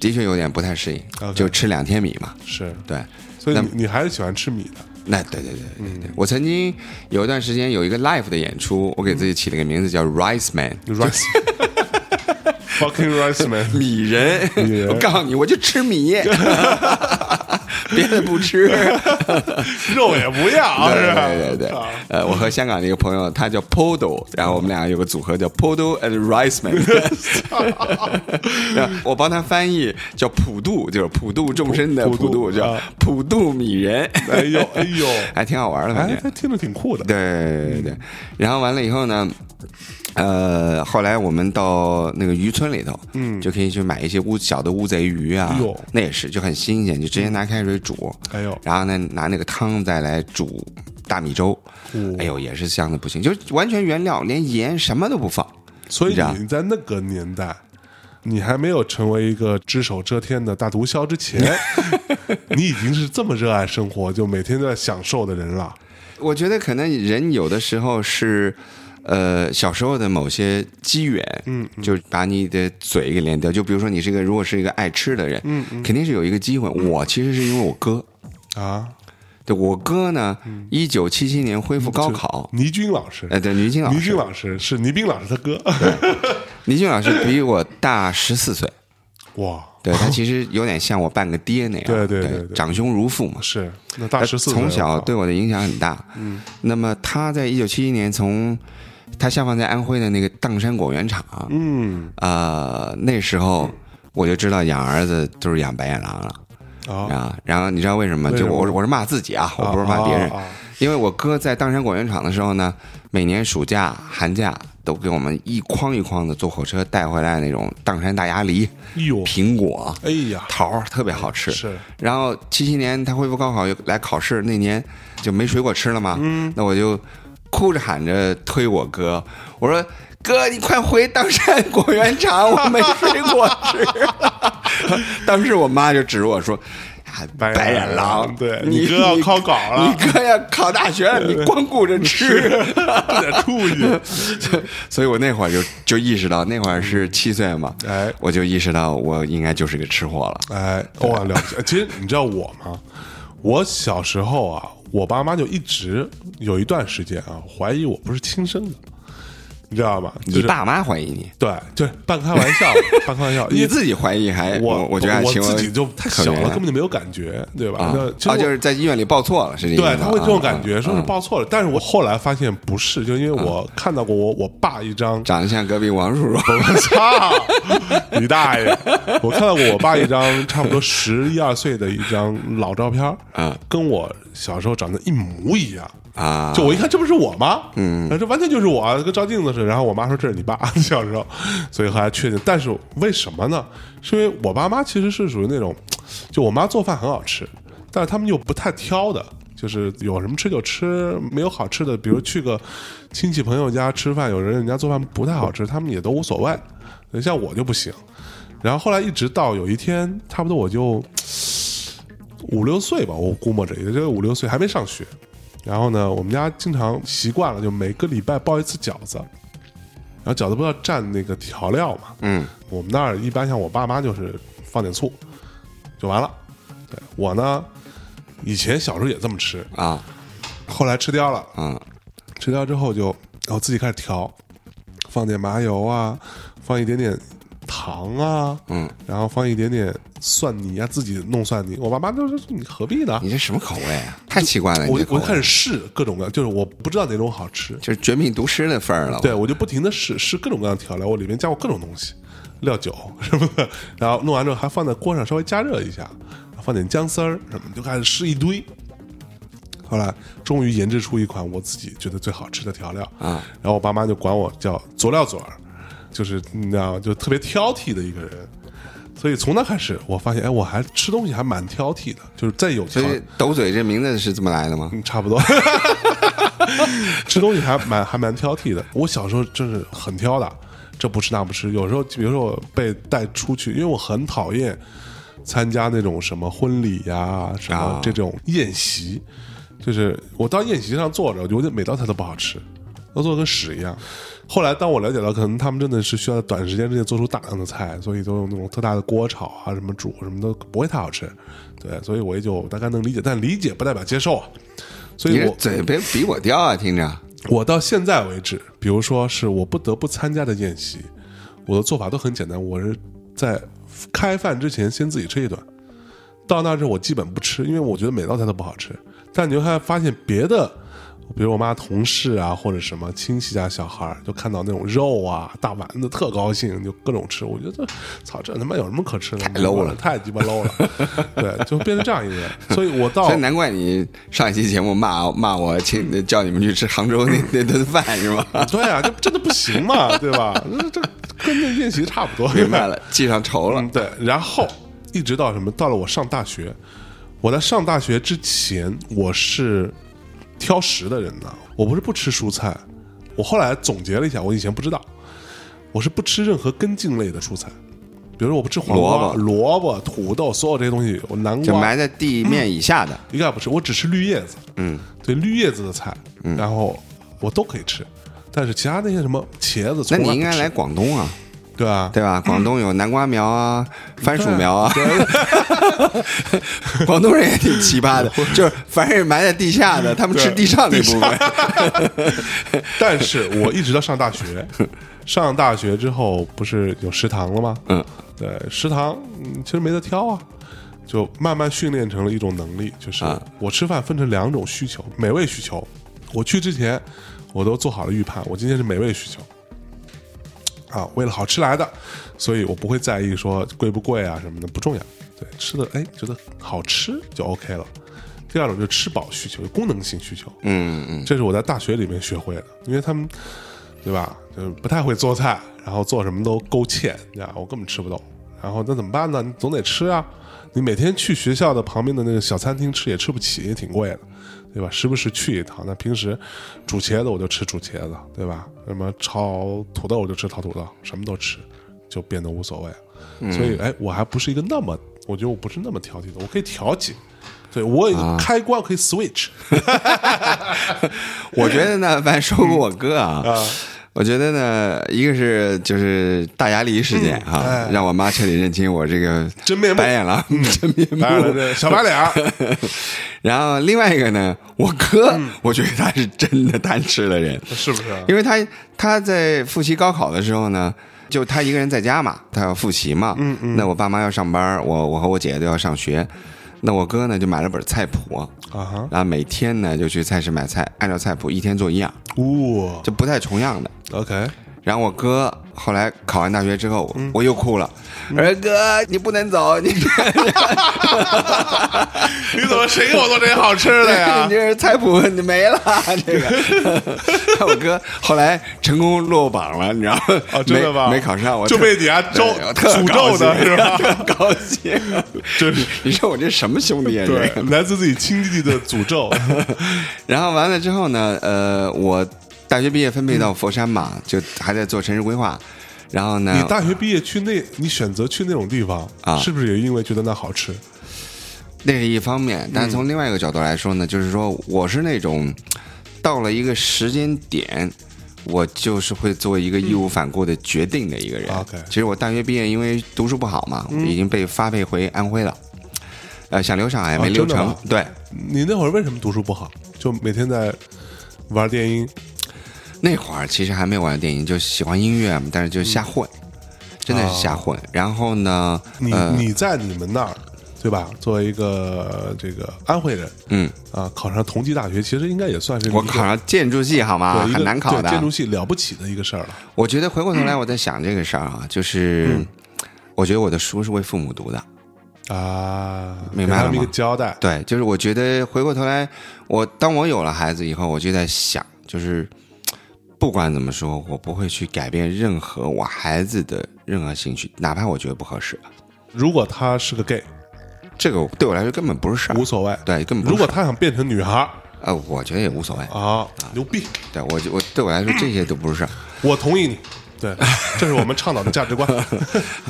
的确有点不太适应， OK 就吃两天米嘛。哦是，对，所以那你嗯你还是喜欢吃米的。那对对对对对，我曾经有一段时间有一个 live 的演出，我给自己起了个名字叫 Rice Man， <laughs> rice fucking rice man。米人。米 <laughs> 人我告诉你，我就吃米， <laughs> 别的不吃。肉也不要，是吧？对对对啊，呃，我和香港的一个朋友，他叫 Podo，然后我们俩有个组合叫 Podo and Rice <laughs> Man，然后 <laughs> 我帮他翻译叫普渡，就是普度众生的普普普渡，渡叫啊普渡米人，哎呦哎 <laughs> 呦，还挺好玩的，反哎正，。这听着挺酷的。嗯对对对，然后完了以后呢，呃，后来我们到那个渔村里头，嗯，就可以去买一些乌小的乌贼鱼啊哟，那也是就很新鲜，就直接拿开水煮，哎呦然后呢拿那个汤再来煮大米粥，哎呦也是香的不行，就是完全原料连盐什么都不放，所以这样你在那个年代，你还没有成为一个只手遮天的大毒枭之前， <laughs> 你已经是这么热爱生活，就每天都在享受的人了。我觉得可能人有的时候是，呃，小时候的某些机缘，嗯，就把你的嘴给连掉。就比如说你是一个，如果是一个爱吃的人，嗯，肯定是有一个机会。我其实是因为我哥，啊，对我哥呢，一九七七年恢复高考，倪军老师，呃，对，倪军老倪师军，老师是倪斌老师他哥，倪军老师比我大十四岁，哇，对 <laughs> 他其实有点像我半个爹那样，对对对对对长兄如父嘛，是那大他十四，呃从小对我的影响很大。嗯，那么他在一九七一年从他下放在安徽的那个砀山果园厂，嗯呃，那时候我就知道养儿子就是养白眼狼了啊，啊。然后你知道为什么？为什就么我是我是骂自己啊，我不是骂别人啊，啊啊因为我哥在砀山果园厂的时候呢，每年暑假、寒假都给我们一筐一筐的坐火车带回来那种砀山大鸭梨、哎呦，苹果、哎呀，桃儿，特别好吃。是然后七七年他恢复高考又来考试，那年就没水果吃了嘛。嗯那我就哭着喊着推我哥，我说。哥，你快回砀山果园厂，我没水果吃。 <laughs> 当时我妈就指我说：“啊、白眼白眼狼狼，对你你哥要考稿了你哥要考大学了，你光顾着 <laughs> 吃。这点出息， <laughs> 所以我那会儿就就意识到，那会儿是七岁嘛，哎我就意识到我应该就是个吃货了。哎，哇，了解。其实你知道我吗？我小时候啊，我爸妈就一直有一段时间啊，怀疑我不是亲生的，你知道吗？就你是爸妈怀疑你，对，就是半开玩笑，半开玩笑。<laughs> 因你为自己怀疑还我我觉得还我行，自己就太小可怜了，根本就没有感觉，对吧？啊那其实啊，我就是在医院里报错了，是这意思吗？对，他会这种感啊觉，说是报错了。但是我后来发现不是，就因为我看到过我我爸一张 <laughs> 长得像隔壁王叔叔，我操，你大爷！我看到过我爸一张差不多十一二岁的一张老照片，嗯，跟我小时候长得一模一样啊就我一看，这不是我吗？嗯，这完全就是我啊，跟照镜子似的。然后我妈说这是你爸， <laughs> 小时候，所以后来确定。但是为什么呢？是因为我爸妈其实是属于那种，就我妈做饭很好吃，但是他们又不太挑的。就是有什么吃就吃，没有好吃的，比如去个亲戚朋友家吃饭，有人人家做饭不太好吃，他们也都无所谓。像我就不行。然后后来一直到有一天，差不多我就五六岁吧，我估摸着也就五六岁，还没上学。然后呢，我们家经常习惯了，就每个礼拜包一次饺子。然后饺子不要蘸那个调料嘛？嗯，我们那儿一般像我爸妈就是放点醋就完了。对我呢，以前小时候也这么吃，啊后来吃掉了。啊吃掉之后就然后自己开始调，放点麻油啊，放一点点糖啊，嗯，然后放一点点蒜泥啊，自己弄蒜泥。我爸妈都说你何必呢？你这什么口味啊？太奇怪了，你我这就口我味就开始试各种各样，就是我不知道哪种好吃，就是绝命毒师的份儿了。对我就不停的试试各种各样的调料，我里面加过各种东西，料酒什么的，然后弄完之后还放在锅上稍微加热一下，放点姜丝儿什么，就开始试一堆。后来终于研制出一款我自己觉得最好吃的调料啊，然后我爸妈就管我叫佐料嘴儿，就是你知道，就特别挑剔的一个人。所以从那开始，我发现，哎，我还吃东西还蛮挑剔的，就是再有条所以斗嘴这名字是这么来的吗？嗯，差不多。吃东西还蛮还蛮挑剔的，我小时候真是很挑的，这不吃那不吃。有时候，比如说我被带出去，因为我很讨厌参加那种什么婚礼呀、什么啊这种宴席，就是我到宴席上坐着，我觉得每道菜都不好吃，都做得跟屎一样。后来，当我了解到，可能他们真的是需要在短时间之内做出大量的菜，所以都用那种特大的锅炒啊，什么煮什么都不会太好吃。对，所以我也就大概能理解，但理解不代表接受啊。所你以这我哦嘴别比我刁啊，听着。我到现在为止，比如说是我不得不参加的宴席，我的做法都很简单，我是在开饭之前先自己吃一顿，到那之后我基本不吃，因为我觉得每道菜都不好吃。但你就会发现别的，比如我妈同事啊，或者什么亲戚家啊小孩儿，就看到那种肉啊、大丸子，特高兴，就各种吃。我觉得这操，这他妈有什么可吃的？太 low 了太鸡巴 low 了。对，就变成这样一个人。所以我 <laughs> 到所以难怪你上一期节目骂骂我，请叫你们去吃杭州 <laughs> 那那顿饭是吗？对啊，这真的不行嘛，对吧？这这跟那练习差不多。明白了，记上仇了嗯， <laughs> 对。然后一直到什么？到了我上大学，我在上大学之前，我是挑食的人呢。我不是不吃蔬菜，我后来总结了一下，我以前不知道，我是不吃任何根茎类的蔬菜，比如说我不吃黄萝瓜、卜萝卜、土豆，所有这些东西，我南就瓜埋在地面以下的。一概不吃，我只吃绿叶子。嗯，对，绿叶子的菜，嗯然后我都可以吃，但是其他那些什么茄子，那从你不应该吃来广东啊，对啊，对吧？广东有南瓜苗啊，番薯苗啊。 <laughs> 广东人也挺奇 <laughs> 葩的，就是凡是埋在地下的，他们吃地上那部分。 <laughs> 但是我一直到上大学，上大学之后不是有食堂了吗？嗯，对，食堂嗯其实没得挑啊，就慢慢训练成了一种能力，就是啊我吃饭分成两种需求，美味需求。我去之前，我都做好了预判，我今天是美味需求。啊，为了好吃来的，所以我不会在意说贵不贵啊什么的，不重要。对，吃的哎觉得好吃就 OK 了。第二种就是吃饱需求，功能性需求。 <laughs> 嗯嗯，这是我在大学里面学会的，因为他们对吧，就是不太会做菜，然后做什么都勾芡，你知道，我根本吃不动。然后那怎么办呢？你总得吃啊，你每天去学校的旁边的那个小餐厅吃也吃不起，也挺贵的，对吧？时不时去一趟。那平时煮茄子我就吃煮茄子，对吧？什么炒土豆我就吃炒土豆，什么都吃，就变得无所谓了。所以，哎，我还不是一个那么，我觉得我不是那么挑剔的，我可以调节。对我有一个开关，我可以 switch。我觉得 <laughs> 呢，反正说过我哥啊，嗯我觉得呢，一个是就是大鸭梨事件啊，让我妈彻底认清我这个嗯哎真面目白眼狼 <laughs> 真面来了，目。这小白脸儿，然后另外一个呢，我哥，嗯我觉得他是真的贪吃的人，是不是啊？因为他他在复习高考的时候呢，就他一个人在家嘛，他要复习嘛，嗯嗯，那我爸妈要上班，我我和我姐都要上学，那我哥呢就买了本菜谱，啊哈，然后每天呢就去菜市买菜，按照菜谱一天做一样，呜就不太重样的。 ，OK，然后我哥后来考完大学之后，我嗯我又哭了，我说哥你不能 <laughs> 走，你你怎么谁给我做这些好吃的呀 <laughs> 你？这菜谱你没 <laughs> 了，这个。 <laughs> 我哥后来成功落榜了，你知道吗？哦真的吗没没考上，我就特被你啊 <laughs> 咒对我哎特诅高咒的 <laughs> 兴是吧特高兴，真是你你说我这什么兄弟啊？对这个。，来自自己亲弟弟的 <laughs> 诅咒，然后完了之后呢，呃，我大学毕业分配嗯到佛山嘛，就还在做城市规划。然后你呢，大学毕业去那，你选择去那种地方啊是不是也因为觉得那好吃？那是一方面，但嗯从另外一个角度来说呢，就是说我是那种到了一个时间点，我就是会做一个义无反顾的决定的一个人。嗯啊 OK 嗯其实我大学毕业，因为读书不好嘛，我已经被发配回安徽了。呃，想留上海哦没留真的成，吗对，你那会儿为什么读书不好？就每天在玩电音，那会儿其实还没有玩电影，就喜欢音乐嘛，但是就瞎混，真的是瞎混。然后呢，嗯哦你呃，你在你们那儿。对吧？作为一个这个安徽人，嗯，啊，考上同济大学，其实应该也算是一个我考上建筑系好吗？对一个很难考对的，建筑系嗯了不起的一个事儿了。我觉得嗯回过头来我在想这个事儿啊，就是我觉得我的书是为父母读的，啊，明白了给他们一吗个交代，对，就是我觉得回过头来，我当我有了孩子以后，我就在想，就是不管怎么说，我不会去改变任何我孩子的任何兴趣，哪怕我觉得不合适，如果他是个 gay，这个对我来说根本不是事无儿。所谓；啊对，嗯根本不如是果事儿他想变成女孩儿呃，我觉得也无所谓。啊，牛逼，对我就我对我来说这些都不是事儿。我同意你。 <laughs> 对，这是我们倡导的价值观。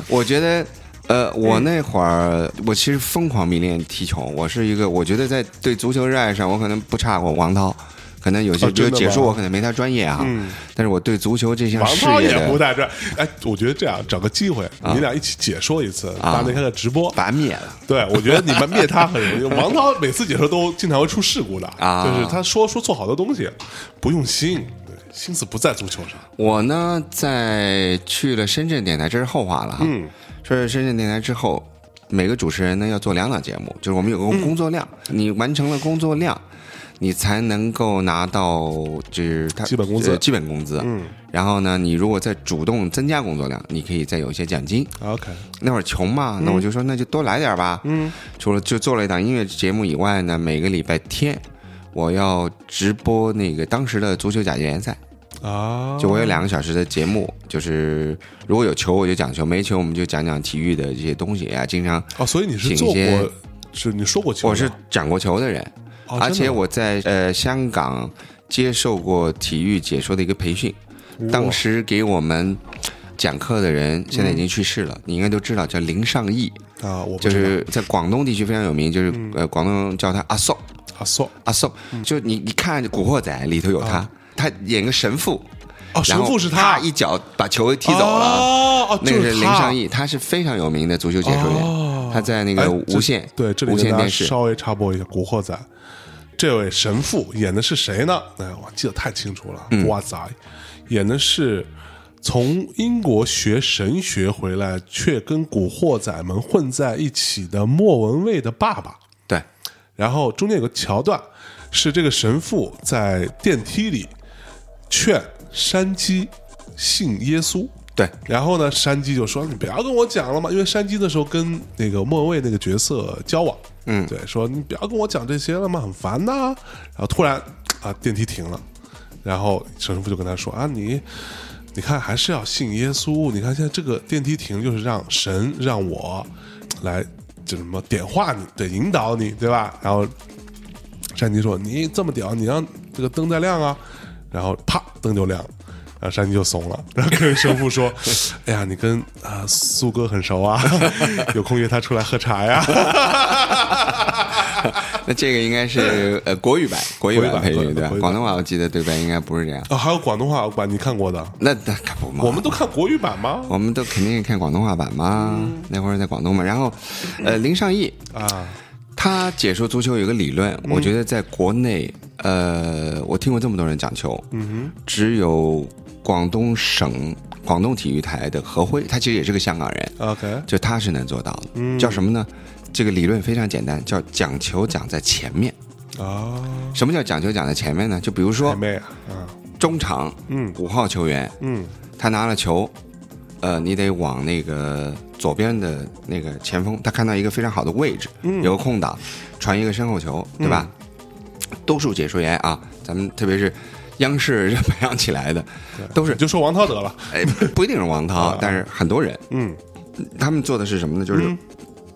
我觉得，呃，我嗯那会儿我其实疯狂迷恋踢球，我是一个，我觉得在对足球热爱上，我可能不差过王涛。可能有些哦比如真的解说吗嗯我可能没他专业啊，但是我对足球这项王事涛业也不的啊在这儿。哎，我觉得这样找个机会，你俩一起解说一次，大内开个直播。把灭了。对，我觉得你们灭他 <laughs> 很容易。王涛每次解说都经常会出事故的，啊就是他说说错好多东西，不用心，对，心思不在足球上。我呢，在去了深圳电台，这是后话了哈。嗯，说是深圳电台之后，每个主持人呢要做两档节目，就是我们有个工作量，嗯你完成了工作量，你才能够拿到就是他基本工资呃基本工资。嗯，然后呢，你如果再主动增加工作量，你可以再有一些奖金。 OK，那会儿穷嗯嘛，那我就说那就多来点儿吧。嗯，除了就做了一档音乐节目以外呢，每个礼拜天我要直播那个当时的足球甲级联赛。啊，就我有两个小时的节目，就是如果有球我就讲球，没球我们就讲讲体育的这些东西啊。经常哦，所以你是请做一些过，是你说过球的，我是讲过球的人，哦，而真的且吗我在呃香港接受过体育解说的一个培训，当时给我们讲课的人现在已经去世嗯了，你应该都知道，叫林尚义，啊，我不就知是在广东地区非常有名，就是嗯呃广东叫他阿宋道啊，算阿宋，就你你看《古惑仔》里头有他，他演个神父。哦，神然后父是他一脚把球踢走了，哦哦，那个就是林他尚义，他是非常有名的足球解说员，哦他在那个哎这无线、对，这里无跟线大家电视，稍微插播一下，《古惑仔》这位神父演的是谁呢？哎，我记得太清楚了，嗯哇塞，演的是从英国学神学回来，却跟古惑仔们混在一起的莫文蔚的爸爸。对，然后中间有个桥段，是这个神父在电梯里劝山鸡信耶稣。对，然后呢，山鸡就说：“你不要跟我讲了嘛，因为山鸡那时候跟那个莫文蔚那个角色交往，嗯，对，说你不要跟我讲这些了嘛，很烦呐、然后突然啊，电梯停了，然后嗯神父就跟他说：啊，你你看还是要信耶稣，你看现在这个电梯停就是让神让我来就什么点化你，对，引导你，对吧？然后山鸡说：“你这么屌，你让这个灯再亮啊！”然后啪，灯就亮了。然后山鸡就怂了，然后跟神父说：“哎呀，你跟啊、苏哥很熟啊，有空约他出来喝茶呀。那这个应该是呃国语版，国语国语版版配国语音版对吧国？语版广东话我记得对白应该不是这样”，哦，还有广东话版，你看过的？那那可不嘛，我们都看国语版吗？我们都肯定看广东话版嘛，那会儿在广东嘛，然后呃林尚义嗯啊，嗯他解说足球有个理论，我觉得在国内，呃，我听过这么多人讲球，嗯哼，只有广东省广东体育台的何辉，他其实也是个香港人， OK，就他是能做到的。叫什么呢？这个理论非常简单，叫讲球讲在前面。啊，什么叫讲球讲在前面呢？就比如姐说妹啊，啊，中场，嗯五号球员，嗯，他拿了球，呃，你得往那个左边的那个前锋，他看到一个非常好的位置，有个空档，传一个身后球，对吧？多数解说员啊，咱们特别是央视培养起来的，都是你就说王涛得了。哎，不一定是王 <laughs> 涛，但是很多人，嗯，他们做的是什么呢？就是。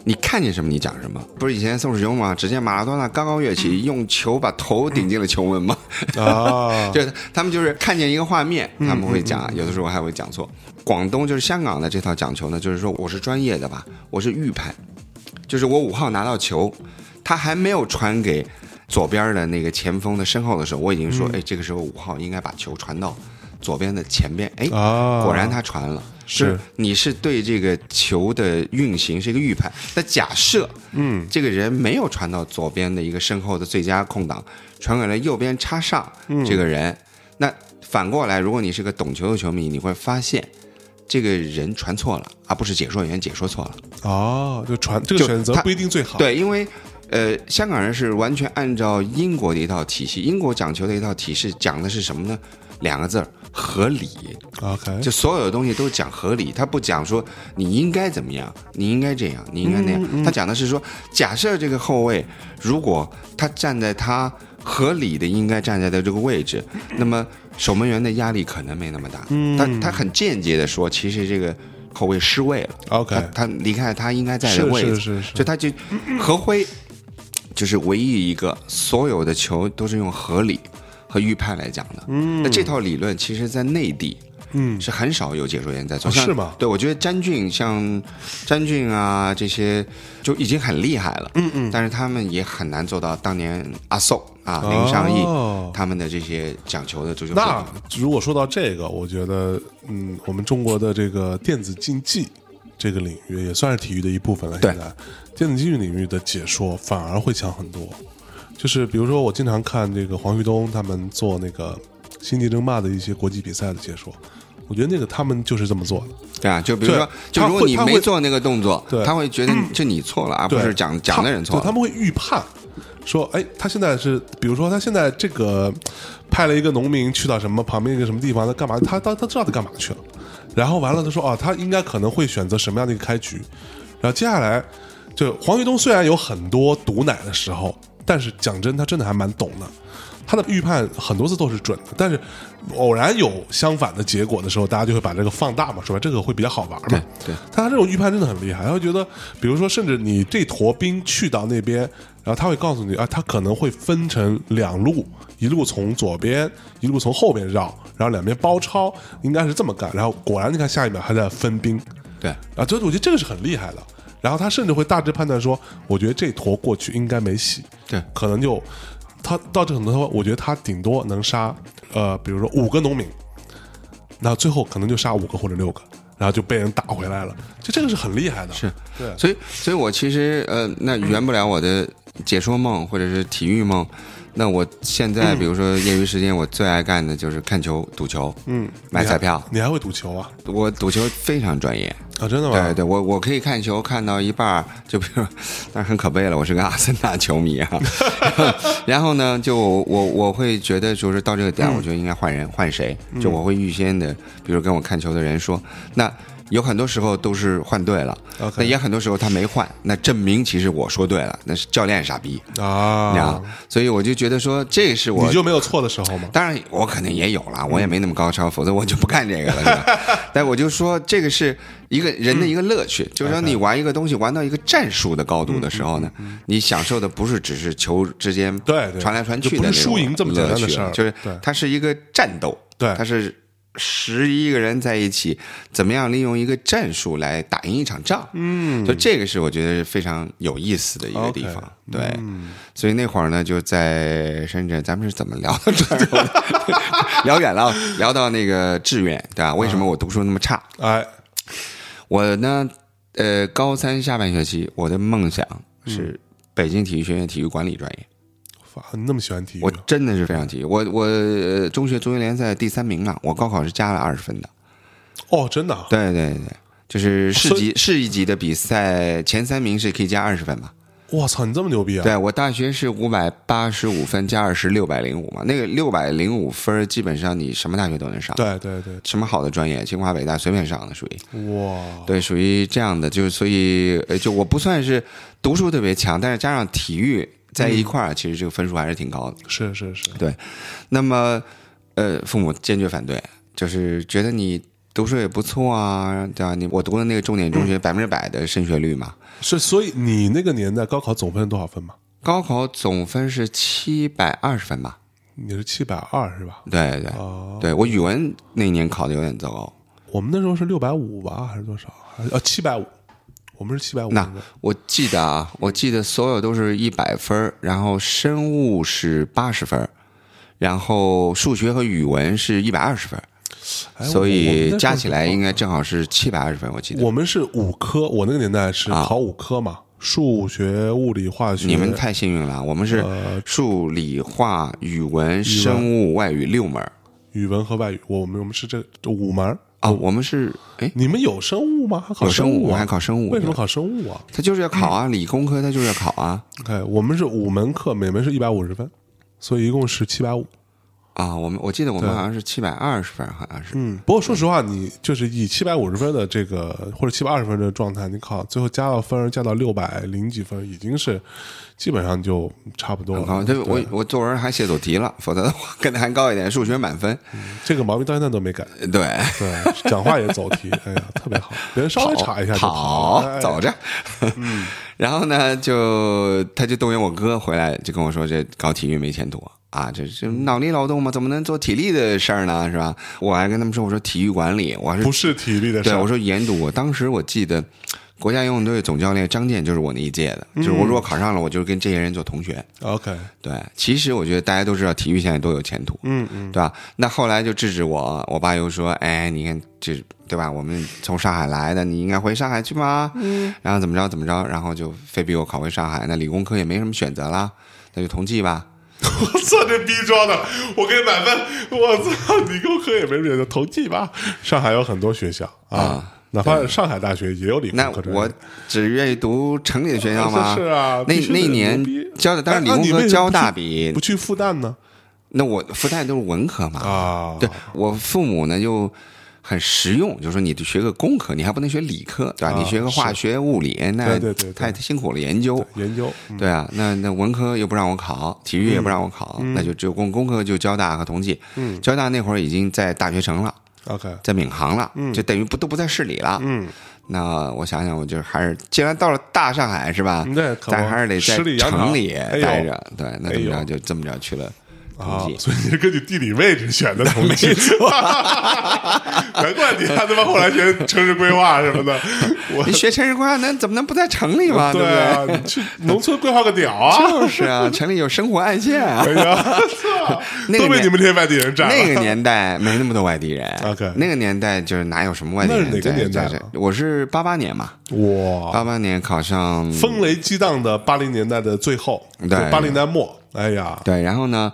你看见什么，你讲什么。不是以前宋世雄嘛，只见马拉多纳高高跃起，用球把头顶进了球门吗？，啊就是他们就是看见一个画面，他们会讲，有的时候还会讲错。广东就是香港的这套讲求呢，就是说我是专业的吧，我是预判，就是我五号拿到球，他还没有传给左边的那个前锋的身后的时候，我已经说，哎，这个时候五号应该把球传到左边的前边，哎，啊果然他传了。是就你是对这个球的运行是一个预判。那假设，嗯，这个人没有传到左边的一个身后的最佳空档，传给了右边插上嗯这个人，那反过来，如果你是个懂球的球迷，你会发现这个人啊传错了，而不是解说员解说错了。哦，就传这个就选择他不一定最好。对，因为呃，香港人是完全按照英国的一套体系，英国讲求的一套体系讲的是什么呢？两个字儿合理， OK，就所有的东西都讲合理，他不讲说你应该怎么样，你应该这样，你应该那样，他讲的是说，假设这个后卫如果他站在他合理的应该站在的这个位置，那么守门员的压力可能没那么大。但他很间接的说，其实这个后卫失位了 OK 他他离开了他应该在的是位置，是是是就他就何辉就是唯一一个所有的球都是用合理和预判来讲的。嗯，那这套理论其实在内地。嗯，是很少有解说员在做，哦像是吗对，我觉得詹俊像詹俊啊这些就已经很厉害了，嗯嗯，但是他们也很难做到当年阿宋啊、林尚义哦他们的这些讲求的足球水平那如果说到这个，我觉得，嗯，我们中国的这个电子竞技这个领域也算是体育的一部分了。对现在电子竞技领域的解说反而会强很多。就是比如说，我经常看这个黄旭东他们做那个《星际争霸》的一些国际比赛的解说，我觉得那个他们就是这么做的。对啊，就比如对说，就他如果会你他没会做那个动作，对嗯他会觉得就你错了，而不对，是讲讲的人错他对他了。们会预判，说，哎，他现在是，比如说他现在这个派了一个农民去到什么旁边一个什么地方，他干嘛？他他他知道他干嘛去了，然后完了，他说，哦，他应该可能会选择什么样的一个开局，然后接下来，就黄玉东虽然有很多毒奶的时候，但是讲真，他真的还蛮懂的。他的预判很多次都是准的，但是偶然有相反的结果的时候，大家就会把这个放大嘛，是吧？这个会比较好玩嘛。对，他这种预判真的很厉害，他会觉得，比如说，甚至你这坨冰去到那边，然后他会告诉你啊，他可能会分成两路，一路从左边，一路从后边绕，然后两边包抄，应该是这么干。然后果然，你看下一秒还在分冰，对，啊，所以我觉得这个是很厉害的。然后他甚至会大致判断说，我觉得这坨过去应该没戏，对可能就他到这个程度的话，我觉得他顶多能杀呃，比如说五个农民，那最后可能就杀五个或者六个，然后就被人打回来了。就这个是很厉害的，是对，所以，所以我其实呃，那圆不了我的解说梦或者是体育梦。那我现嗯在比如说业余时间，我最爱干的就是看球、赌球，嗯，买你还彩票。你还会赌球啊？我赌球非常专业，啊，真的吗？对对，我我可以看球看到一半儿，就比如说，但是很可悲了，我是个阿森纳球迷啊。 <laughs> 然后呢，就我我我会觉得，就是到这个嗯点儿，我觉得应该换人，换谁？就我会预先的，比如跟我看球的人说，那有很多时候都是换对了 OK 那也很多时候他没换，那证明其实我说对了，那是教练傻逼啊，所以我就觉得说，这是我你就没有错的时候吗？当然，我可能也有啦，我也没那么高超，否则我就不干这个了，是吧？ <laughs> 但我就说，这个是一个人的一个乐趣，就是说你玩一个东西玩到一个战术的高度的时候呢，嗯你享受的不是只是球之间对对传来传去就的不是那种输赢这么简单的乐趣事儿就是对它是一个战斗，对它是。十一个人在一起，怎么样利用一个战术来打赢一场仗？嗯，就这个是我觉得是非常有意思的一个地方。 OK，嗯对，所以那会儿呢，就在深圳，咱们是怎么聊 <laughs> 到这儿的？ <laughs> 聊远了，聊到那个志愿，对吧？为什么我读书那么差？哎，我呢，呃，高三下半学期，我的梦想嗯是北京体育学院体育管理专哎业。哇你那么喜欢体育啊我真的是非常体育，我我呃中学足球联赛第三名啊，我高考是加了二十分的。哦，真的啊对对对，就是市啊所以级市一级的比赛前三名是可以加二十分嘛？我操，你这么牛逼啊！对我大学是五百八十五分加二十六百零五嘛，那个六百零五分儿基本上你什么大学都能上，对对对，什么好的专业，清华北大随便上的属于，哇，对，属于这样的，就是所以呃就我不算是读书特别强，但是加上体育在一块儿，其实这个分数还是挺高的。是是是，那么呃，父母坚决反对，就是觉得你。读书也不错啊，对吧、你我读的那个重点中学，百分之百的升学率嘛。是，所以你那个年代高考总分多少分嘛？高考总分是七百二十分吧？你是七百二是吧？对对，哦、对我语文那年考的有点糟糕，我们那时候是六百五吧，还是多少？还是呃，七百五，我们是七百五。那我记得啊，我记得所有都是一百分儿然后生物是八十分儿然后数学和语文是一百二十分儿哎所以加起来应。我们那时候该正好是七百二十分，我记是得。我们是五科，我那个年代是考五科嘛，数学、物理、化学。你们太幸运了，我们是呃数理化、语文、生物、外语六门儿语文和外语，我们我们是这这五门儿哦，我们是哎，你们有生物吗？还考有生物、啊，物，我还考生物，为什么考生物啊？他就是要考啊，理工科他就是要考啊哎，我们是五门课，每门是一百五十分，所以一共是七百五。啊！我们我记得我们好像是七百二十分，好像是嗯，不过说实话，你就是以七百五十分的这个或者七百二十分的状态，你考最后加到分儿加到六百零几分，已经是基本上就差不多很了。高。对，我我作文还写走题了，否则的话可能还高一点。数学满分，这个毛病到现在都没改。对，对，讲话也走题，哎呀，特别好，别 <laughs> 人稍微查一下就好，哎嗯走着。 <laughs> 然后呢，就他就动员我哥回来，就跟我说：“这搞体育没前途啊，这这脑力劳动嘛，怎么能做体力的事儿呢？是吧？”我还跟他们说：“我说体育管理，我还是不是体力的事对，儿。我说研读，我当时我记得国家游泳队总教练张健就是我那一届的，就是嗯我如果考上了，我就跟这些人做同学。 OK，对，其实我觉得大家都知道体育现在多有前途，嗯嗯，对吧？那后来就制止我，我爸又说：“哎，你看这对吧？我们从上海来的，你应该回上海去嘛。”嗯，然后怎么着怎么着，然后就非逼我考回上海。那理工科也没什么选择啦，那就同济吧。我 <laughs> 操，这逼装的！我给你满分，我操，理工科也没人的投技吧？上海有很多学校啊，哪怕上海大学也有理那工科专业。我只愿意读城里的学校吗？是啊那必须得那年牛逼交的，当然理工哎那你科为什么交大不比不去复旦呢？那我复旦都是文科嘛，啊，对我父母呢又很实用，就说你学个工科，你还不能学理科，对吧？啊你学个化学、物理，那对对对对太辛苦了，研究。研究，嗯对啊，那那文科又不让我考，体育也不让我考，那就只有工工科就交大和同济。嗯交大那会儿已经在大学城了， ，OK，在闵行了，就等于不都不在市里了。嗯，那我想想，我就还是既然到了大上海是吧？那可不咱还是得在嗯十里洋城场里哎呦待着。对，那怎么着哎呦就这么着去了啊同济，。 <laughs> 所以你是根据地理位置选的同济， <laughs> 难怪你啊还他妈后来学城市规划什 <laughs> 么的，我你学城市规划，那怎么能不在城里嘛？对不对？ <laughs> 啊，你去农村规划个屌啊！就是啊， <laughs> 城里有生活暗线啊 <laughs> 哎。呀，操那个都被年你们这些外地人占了。那个年代没那么多外地人 OK 那个年代就是哪有什么外地人那是哪个在年代啊哦在这我是八八年嘛，哇，八八年考上风雷激荡的八零年代的最后，对八零年代末，哎呀，对，然后呢，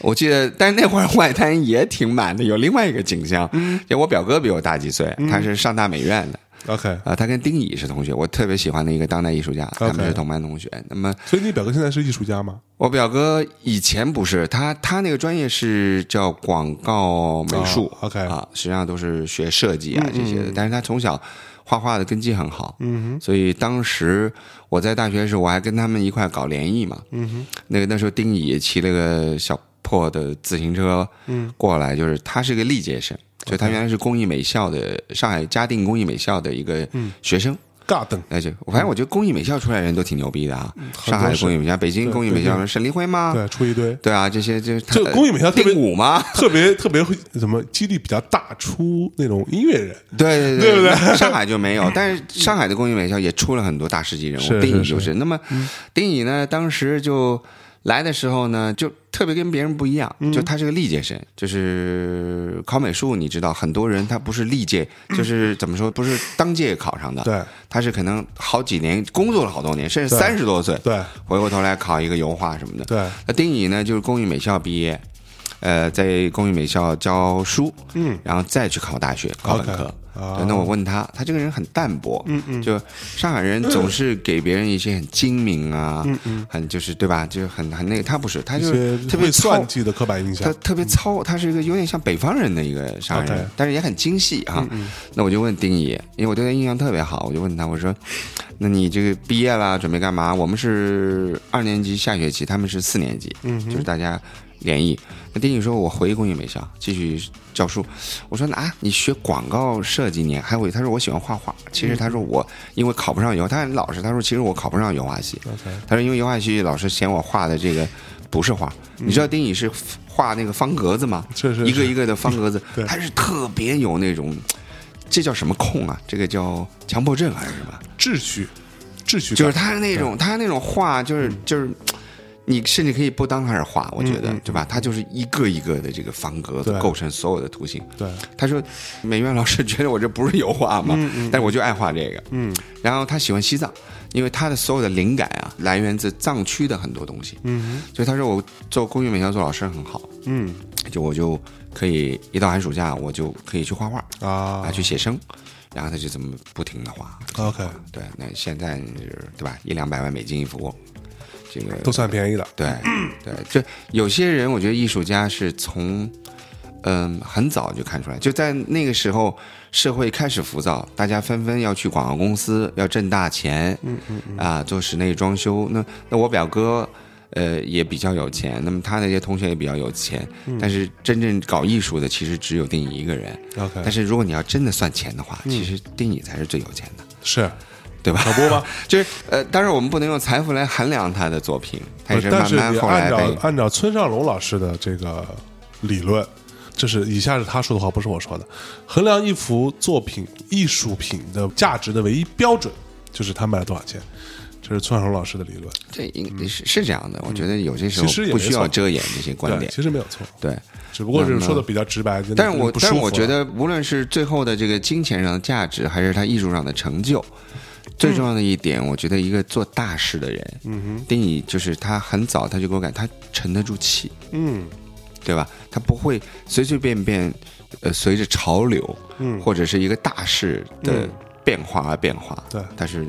我记得，但是那会儿外滩也挺满的。有另外一个景象，嗯就我表哥比我大几岁，他是上大美院的， OK，啊，他跟丁乙是同学，我特别喜欢的一个当代艺术家，他们 OK 是同班同学。那么所以你表哥现在是艺术家吗？我表哥以前不是他，他那个专业是叫广告美术、哦，OK 啊，实际上都是学设计啊这些的。但是他从小画画的根基很好，嗯所以当时我在大学的时候，我还跟他们一块搞联谊嘛。嗯哼，那个那时候丁乙骑了个小破的自行车，嗯，过来就是他是个历届生，就他原来是工艺美校的上海嘉定工艺美校的一个嗯学生， ，garden，而且我发现我觉得工艺美校出来的人都挺牛逼的啊，上海嗯很多的是工艺美校、北京对工艺美校，沈黎辉吗？对，出一堆，对啊，这些就是他这个工艺美校特别 <laughs> 定武吗？特别 <laughs> 特别会怎么激励比较大出那种音乐人，对对对不对那上海就没 <laughs> 有，但是上海的工艺美校也出了很多大师级人物，是丁乙是嗯就是。那么丁乙呢，当时就来的时候呢，就特别跟别人不一样，嗯就他是个历届生，就是考美术，你知道，很多人他不是历届，就是怎么说，不是当届考上的，对他是可能好几年工作了好多年，甚至对三十多岁，对回过头来考一个油画什么的。对，那丁乙呢，就是工艺美校毕业，呃，在工艺美校教书，嗯，然后再去考大学，考文科。啊对那我问他，他这个人很淡泊，嗯嗯，就上海人总是给别人一些很精明啊，嗯嗯，很就是对吧，就是很很那个，他不是，他一就是些特别会糙算，计的刻板印他象，特别糙，他是一个有点像北方人的一个上海人 OK 但是也很精细啊。那我就问丁乙，因为我对他印象特别好，我就问他，我说：“那你这个毕业了，准备干嘛？”我们是二年级下学期，他们是四年级，就是大家联谊。那丁乙说：“我回工艺美校继续教书。”我说：“啊，你学广告设计你还会？”他说：“我喜欢画画。”其实他说我因为考不上油，他很老实，他说：“其实我考不上油画系。” OK 他说因为油画系老师嫌我画的这个不是画，你知道丁乙是画那个方格子吗？是是一个一个的方格子 <laughs> 对，他是特别有那种，这叫什么控啊？这个叫强迫症还是什么？秩序，秩序感就是嗯他是那种他那种画，就是就是。你甚至可以不当它是画，我觉得，对吧？它就是一个一个的这个方格子对构成所有的图形。对他说，美院老师觉得我这不是油画嘛， <laughs> 但是我就爱画这个。嗯，然后他喜欢西藏，因为他的所有的灵感啊，来源自藏区的很多东西。嗯，所以他说我做工艺美校做老师很好，嗯就我就可以一到寒暑假我就可以去画画啊啊，去写生，然后他就这么不停的画。 ，OK，对，那现在就是对吧？一两百万美金一幅，这个都算便宜的， <clears throat> 对对，这有些人我觉得艺术家是从嗯很早就看出来，就在那个时候社会开始浮躁，大家纷纷要去广告公司要挣大钱，嗯嗯啊做室内装修。那那我表哥。呃，也比较有钱，那么他那些同学也比较有钱，但是真正搞艺术的其实只有丁乙一个人。 OK 但是如果你要真的算钱的话，其实丁乙才是最有钱的。是对吧？可不吗？ <laughs> 就是呃，当然我们不能用财富来衡量他的作品，他也是呃但慢是慢你后按来照被按照村上隆老师的这个理论，这是以下是他说的话，不是我说的。衡量一幅作品、艺术品的价值的唯一标准，就是他卖了多少钱。这是村上隆老师的理论，这应是是这样的。我觉得有些时嗯其实候也不没需要错遮掩这些观对，点，其实没有错，对。只不过是说的比较直白。真的但是我不舒但服是了我觉，得，无论是最后的这个金钱上的价值，还是他艺术上的成就，嗯最重要的一点，我觉得一个做大事的人，嗯哼，丁乙就是他很早他就给我感，他沉得住气，嗯，对吧？他不会随随便便，呃，随着潮流，嗯或者是一个大势的嗯变化而变化。对但是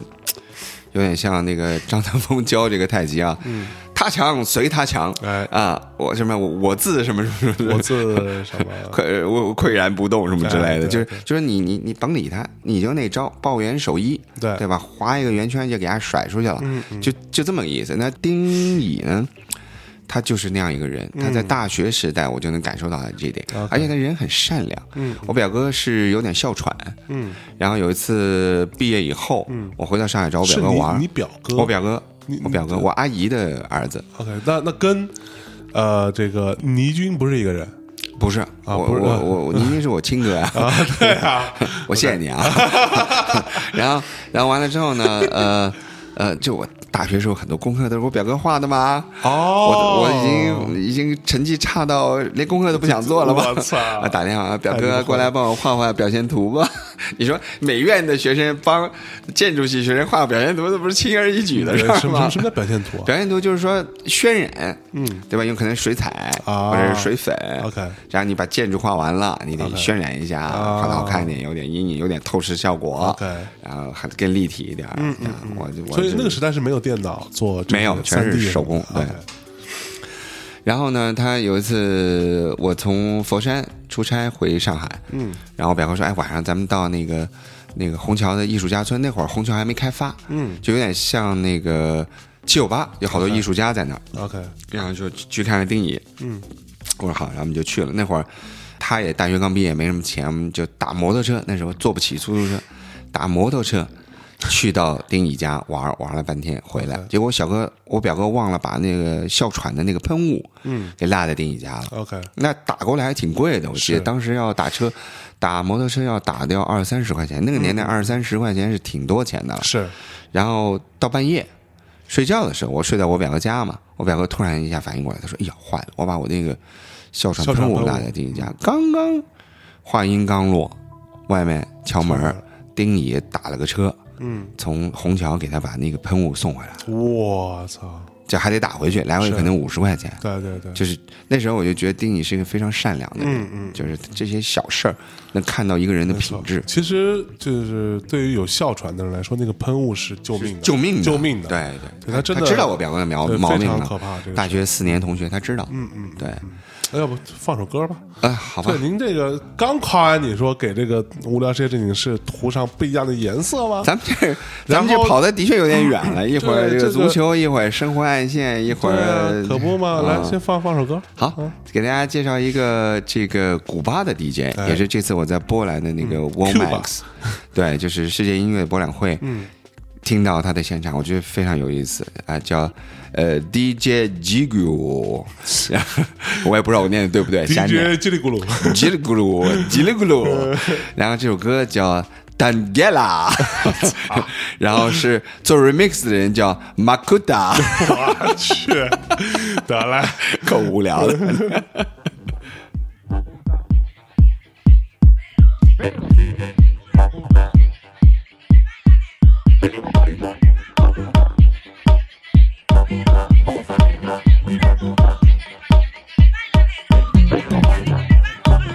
有点像那个 <laughs> 张三丰教这个太极啊，嗯，他强随他强，哎啊，我什么我我自什么什么什么，<laughs> 我自什么？岿我我岿然不动什么之类的，哎对就是对就是你你你甭理他，你就那招抱元守一，对对吧？划一个圆圈就给他甩出去了，嗯就就这么个意思。那丁乙呢，他就是那样一个人，他嗯在大学时代我就能感受到他这一点，而且他人很善良。我表哥是有点哮喘，嗯，然后有一次毕业以后，我回到上海找我表是哥你玩儿你，表哥，我表哥你，我表哥，我阿姨的儿子， OK，那那跟呃这个倪军不是一个人 <laughs> 不是我啊不是我我我，您您是我亲哥呀。啊？对 <laughs> 啊，我谢谢你 <laughs> 啊。然后，然后完了之后呢，呃，呃，就我大学时候很多功课都是我表哥画的嘛。我哦，我已经已经成绩差到连功课都不想做了吧？我操 <laughs> 啊，打电话表太厉害哥了过来帮我画画表现图吧。 <laughs> 你说美院的学生帮建筑系学生画表现图，这不是轻而易举的对事什么儿 <laughs> 什吗么？什么叫表现图啊？表现图就是说渲染，嗯，对吧？有可能水彩啊或者是水粉 OK 然后你把建筑画完了，你得渲染一下，啊画的好看一点，有点阴影，有点透视效果 OK 然后还更立体一点。嗯嗯，我就我所以就那个时代是没有电脑做这个没有全是 3D 的手工对 OK 然后呢，他有一次我从佛山出差回上海，嗯，然后我表哥说，哎，晚上咱们到那个那个虹桥的艺术家村，那会儿虹桥还没开发，嗯，就有点像那个七九八，有好多艺术家在那儿。 OK 然后就去看看丁乙。嗯，我说好，然后我们就去了。那会儿他也大学刚毕业，没什么钱，我们就打摩托车。那时候坐不起出租车，打摩托车去到丁乙家玩儿玩了半天，回来，结果我小哥我表哥忘了把那个哮喘的那个喷雾，嗯，给落在丁乙家了。 OK 那打过来还挺贵的，我记得是当时要打车，打摩托车要打掉二三十块钱，那个年代二三十块钱是挺多钱的了。是然后到半夜睡觉的时候，我睡在我表哥家嘛，我表哥突然一下反应过来，他说：“哎呀，坏了，我把我那个哮喘哮喷喘雾喷雾落在丁乙家。”嗯刚刚话音刚落，外面敲门儿，丁乙打了个车，嗯，从虹桥给他把那个喷雾送回来，我操，这还得打回去，来回可能五十块钱。对对对，就是那时候我就觉得丁乙是一个非常善良的人，嗯嗯、就是这些小事儿能看到一个人的品质。其实就是对于有哮喘的人来说，那个喷雾是救命的，救命的，救命的，对对对，他真的知道我表哥的毛对毛病非了，常可怕这个大学四年同学，他知道，嗯嗯，对，哎。要不放首歌吧？啊，好吧对，，您这个刚夸完你说给这个无聊世界正经事涂上不一样的颜色吗？咱们这然咱后们这跑的的确有点远了， <laughs> 一会儿对这这个个足球，一会儿生活暗线，一会对啊儿，可不嗯嘛，来嗯先放放首歌。好，给大家介绍一个这个古巴的 DJ，、哎嗯也是这次我在波兰的那个 Cuba WOMAX，、对，就是世界音乐博览会，嗯，听到他的现场，我觉得非常有意思啊、叫呃 DJ Gigu，我也不知道我念的对不对，瞎念 DJ 叽里咕噜， <laughs> 叽里咕噜，叽里咕 <laughs> 噜。然后这首歌叫 <laughs> Dangela，然后是做 remix 的人叫 Makuta，我去，得嘞。 <laughs> 够无聊的。 Thank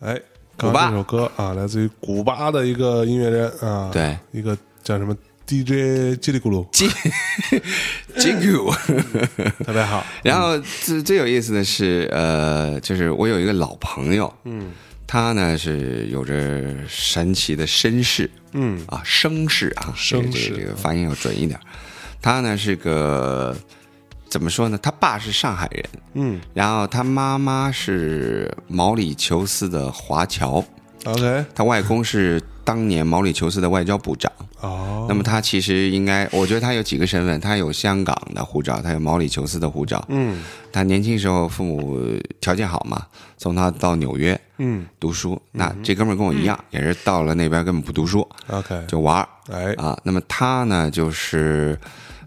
哎，古刚巴刚这首歌啊，来自于古巴的一个音乐人啊，对，一个叫什么 DJ 叽里咕噜，金金谷。特别好，然后最最有意思的是，呃，就是我有一个老朋友，嗯，他呢是有着神奇的身世，嗯啊，声势啊，声这势嗯个这个这个发音要准一点。他呢是个怎么说呢？他爸是上海人，嗯然后他妈妈是毛里求斯的华侨， ，OK，他外公是当年毛里求斯的外交部长。哦，那么他其实应该，我觉得他有几个身份，他有香港的护照，他有毛里求斯的护照。嗯他年轻时候父母条件好嘛，送他到纽约嗯读书。那这哥们儿跟我一样，也是到了那边根本不读书， ，OK，就玩儿哎，啊。那么他呢，就是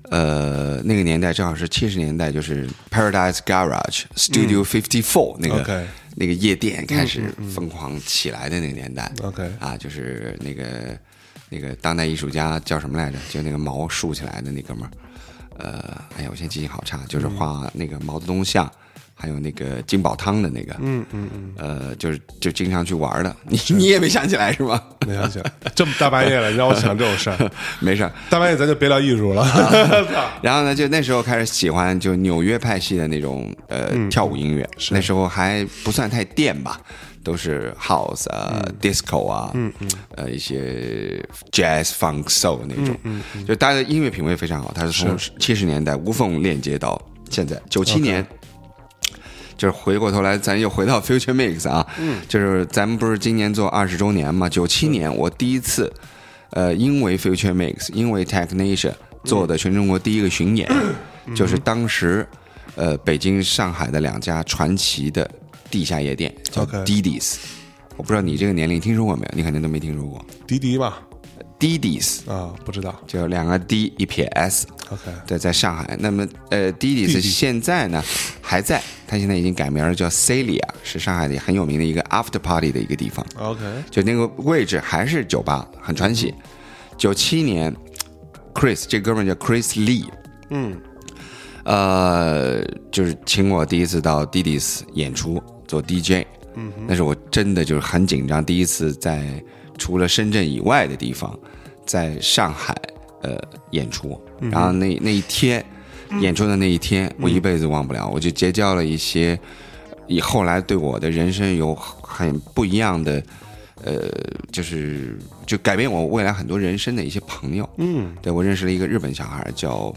呃那个年代正好是七十年代，就是 Paradise Garage Studio Fifty Four 那个 OK 那个夜店开始疯狂起来的那个年代。 OK 啊，就是那个那个当代艺术家叫什么来着？就那个毛竖起来的那哥们儿，呃，哎呀，我现在记性好差，就是画那个毛泽东像，还有那个金宝汤的那个，嗯嗯嗯，呃，就是就经常去玩的，你你也没想起来是吗？ <laughs> 没想起来，这么大半夜了，你让我想这种事儿，没事儿。大半夜咱就别聊艺 <laughs> 术了，然后呢，就那时候开始喜欢就纽约派系的那种呃、跳舞音乐，那时候还不算太电吧，都是 house 啊、disco 啊，呃一些 jazz funk soul 那种，就大家的音乐品味非常好，他是从七十年代无缝链接到现在九七年。就是回过头来，咱又回到 Future Mix 啊，嗯，就是咱们不是今年做二十周年嘛？九七年我第一次，呃，因为 Future Mix，因为 Technician 做的全中国第一个巡演， <clears throat> 就是当时，呃，北京、上海的两家传奇的地下夜店叫 OK Didis，我不知道你这个年龄听说过没有？你肯定都没听说过迪迪嘛， Didis，啊，不知道就两个 D 一撇 S， ，OK，对，在上海。那么，呃弟，Didis 弟现在呢还在，他现在已经改名儿叫 Celia，是上海的很有名的一个 After Party 的一个地方。 OK，就那个位置还是酒吧，很传奇。九七年，Chris 这哥们儿叫 Chris Lee，嗯，呃，就是请我第一次到 Didis 演出做 DJ，嗯，那是我真的就是很紧张，第一次在除了深圳以外的地方，在上海呃演出，然后那那一天演出的那一天，我一辈子忘不了，我就结交了一些。以后来对我的人生有很不一样的，呃，就是就改变我未来很多人生的一些朋友。嗯，对我认识了一个日本小孩叫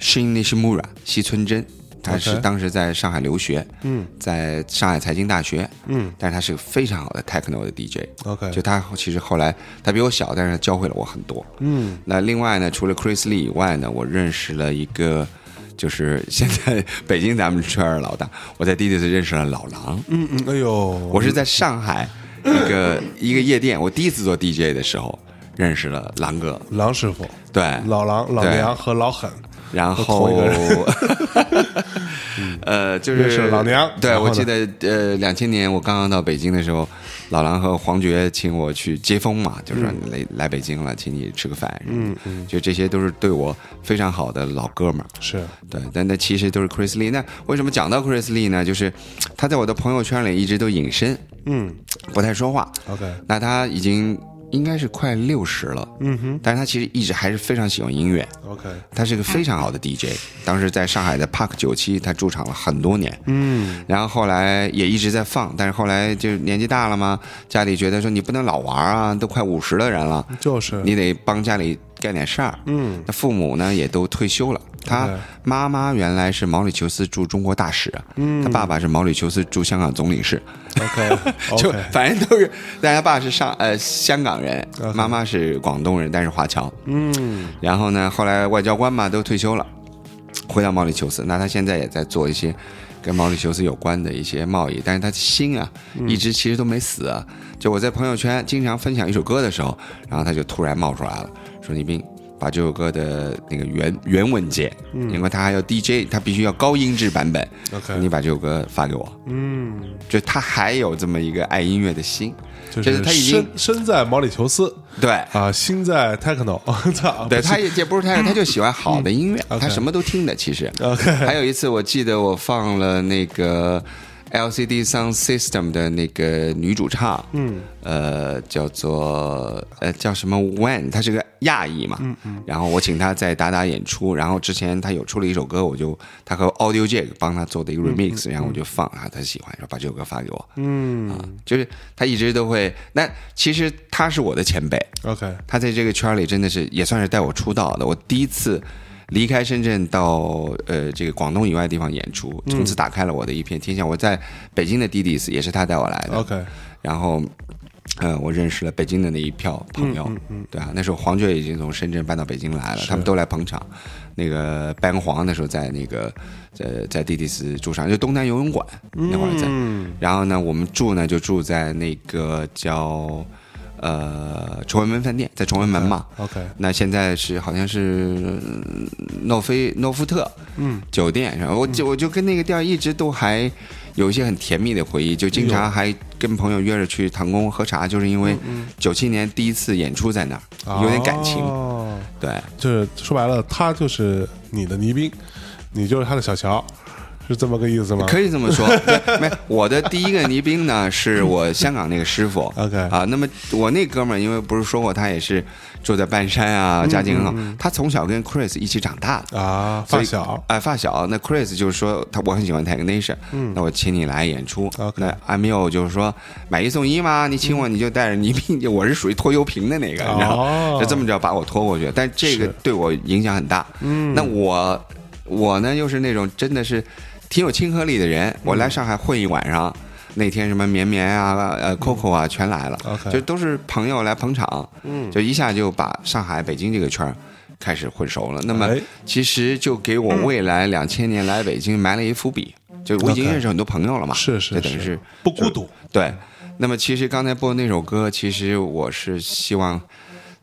Shin Nishimura 西村真，他是 OK 当时在上海留学，嗯，在上海财经大学，嗯，但是他是个非常好的 techno 的 DJ。 ，OK，就他其实后来他比我小，但是他教会了我很多。嗯，那另外呢，除了 Chris Lee 以外呢，我认识了一个，就是现在 <laughs> 北京咱们圈儿的老大，我在 d d 认识了老狼。嗯嗯，哎呦，我是在上海一个一个夜店，我第一次做 DJ 的时候认识了狼哥。狼师傅，对，老狼、老对娘和老狠，然后同一个 <laughs> 人，呃，就认识是了老娘对，然后我呢记得呃，两千年我刚刚到北京的时候，老狼和黄觉请我去接风嘛，就是嗯说来、来北京了，请你吃个饭什么的。嗯嗯，就这些都是对我非常好的老哥们儿。是对，但那其实都是 Chris Lee。那为什么讲到 Chris Lee 呢？就是他在我的朋友圈里一直都隐身，嗯不太说话。 ，OK，那他已经应该是快六十了，嗯哼，但是他其实一直还是非常喜欢音乐， OK，他是个非常好的 DJ，当时在上海的 Park 九七，他驻场了很多年，嗯，然后后来也一直在放，但是后来就是年纪大了嘛，家里觉得说你不能老玩啊，都快五十的人了，就是你得帮家里干点事儿。嗯，那父母呢也都退休了，他 OK 妈妈原来是毛里求斯驻中国大使，嗯，他爸爸是毛里求斯驻香港总领事， OK， <laughs> 就 OK，反正都是，但他爸是上呃香港人， OK 妈妈是广东人，但是华侨。嗯然后呢，后来外交官嘛都退休了，回到毛里求斯。那他现在也在做一些跟毛里求斯有关的一些贸易，但是他的心啊，嗯一直其实都没死、啊。就我在朋友圈经常分享一首歌的时候，然后他就突然冒出来了，说：“李斌，把这首歌的那个原原文件，因为他还要 DJ，他必须要高音质版本，你嗯，OK，把这首歌发给我。嗯，”就他还有这么一个爱音乐的心，就就是是他已经身身在毛里求斯对。啊，心在 techno，我 <laughs> 操，对不是啊他也也不是嗯他，他就喜欢好的音乐，<laughs> OK 他什么都听的。其实 OK 还有一次我记得我放了那个 LCD Sound System 的那个女主唱，嗯，呃，叫做呃叫什么 Wen，她是个亚裔嘛，嗯嗯，然后我请她在达达演出，然后之前她有出了一首歌，我就她和 Audio Jack 帮她做的一个 remix，、然后我就放啊，她喜欢，然后把这首歌发给我，嗯啊，就是她一直都会，那其实她是我的前辈， OK，他在这个圈儿里真的是也算是带我出道的。我第一次离开深圳到呃这个广东以外地方演出，从此打开了我的一片天下。我在北京的 d d s 也是他带我来的。 OK 然后，呃，我认识了北京的那一票朋友，对啊，那时候黄觉已经从深圳搬到北京来了，他们都来捧场。那个班黄那时候在那个呃在地底斯住上，就东南游泳馆那会儿在，然后呢，我们住呢就住在那个叫呃崇文门饭店，在崇文门嘛。 OK，那现在是好像是嗯诺菲诺夫特，嗯，酒店上，我就我就跟那个地儿一直都还有一些很甜蜜的回忆，就经常还跟朋友约着去唐宫喝茶，就是因为九七年第一次演出在那儿，有点感情，啊哦对，就是说白了，他就是你的倪斌，你就是他的小乔，是这么个意思吗？可以这么说。对没，我的第一个倪兵呢，是我香港那个师傅 OK 啊，那么我那哥们儿，因为不是说过他也是住在半山啊，家境很好，他从小跟 Chris 一起长大的。啊，所发以小哎，发小。那 Chris 就是说他我很喜欢 Tag Nation，嗯，那我请你来演出。 OK 那 I'm you 就是说买一送一嘛，你请我你就带着你，我是属于拖油瓶的那个，你知道哦吗？就这么着把我拖过去。但这个是对我影响很大。嗯，那我我呢又是那种真的是挺有亲和力的人，我嗯来上海混一晚上。那天什么绵绵啊、呃 Coco 啊，全来了 OK 就都是朋友来捧场，嗯，就一下就把上海、北京这个圈儿开始混熟了。那么哎其实就给我未来两千年来北京埋了一伏笔。就我已经 OK 认识很多朋友了嘛，是是这等于是是不孤独，对。那么其实刚才播的那首歌，其实我是希望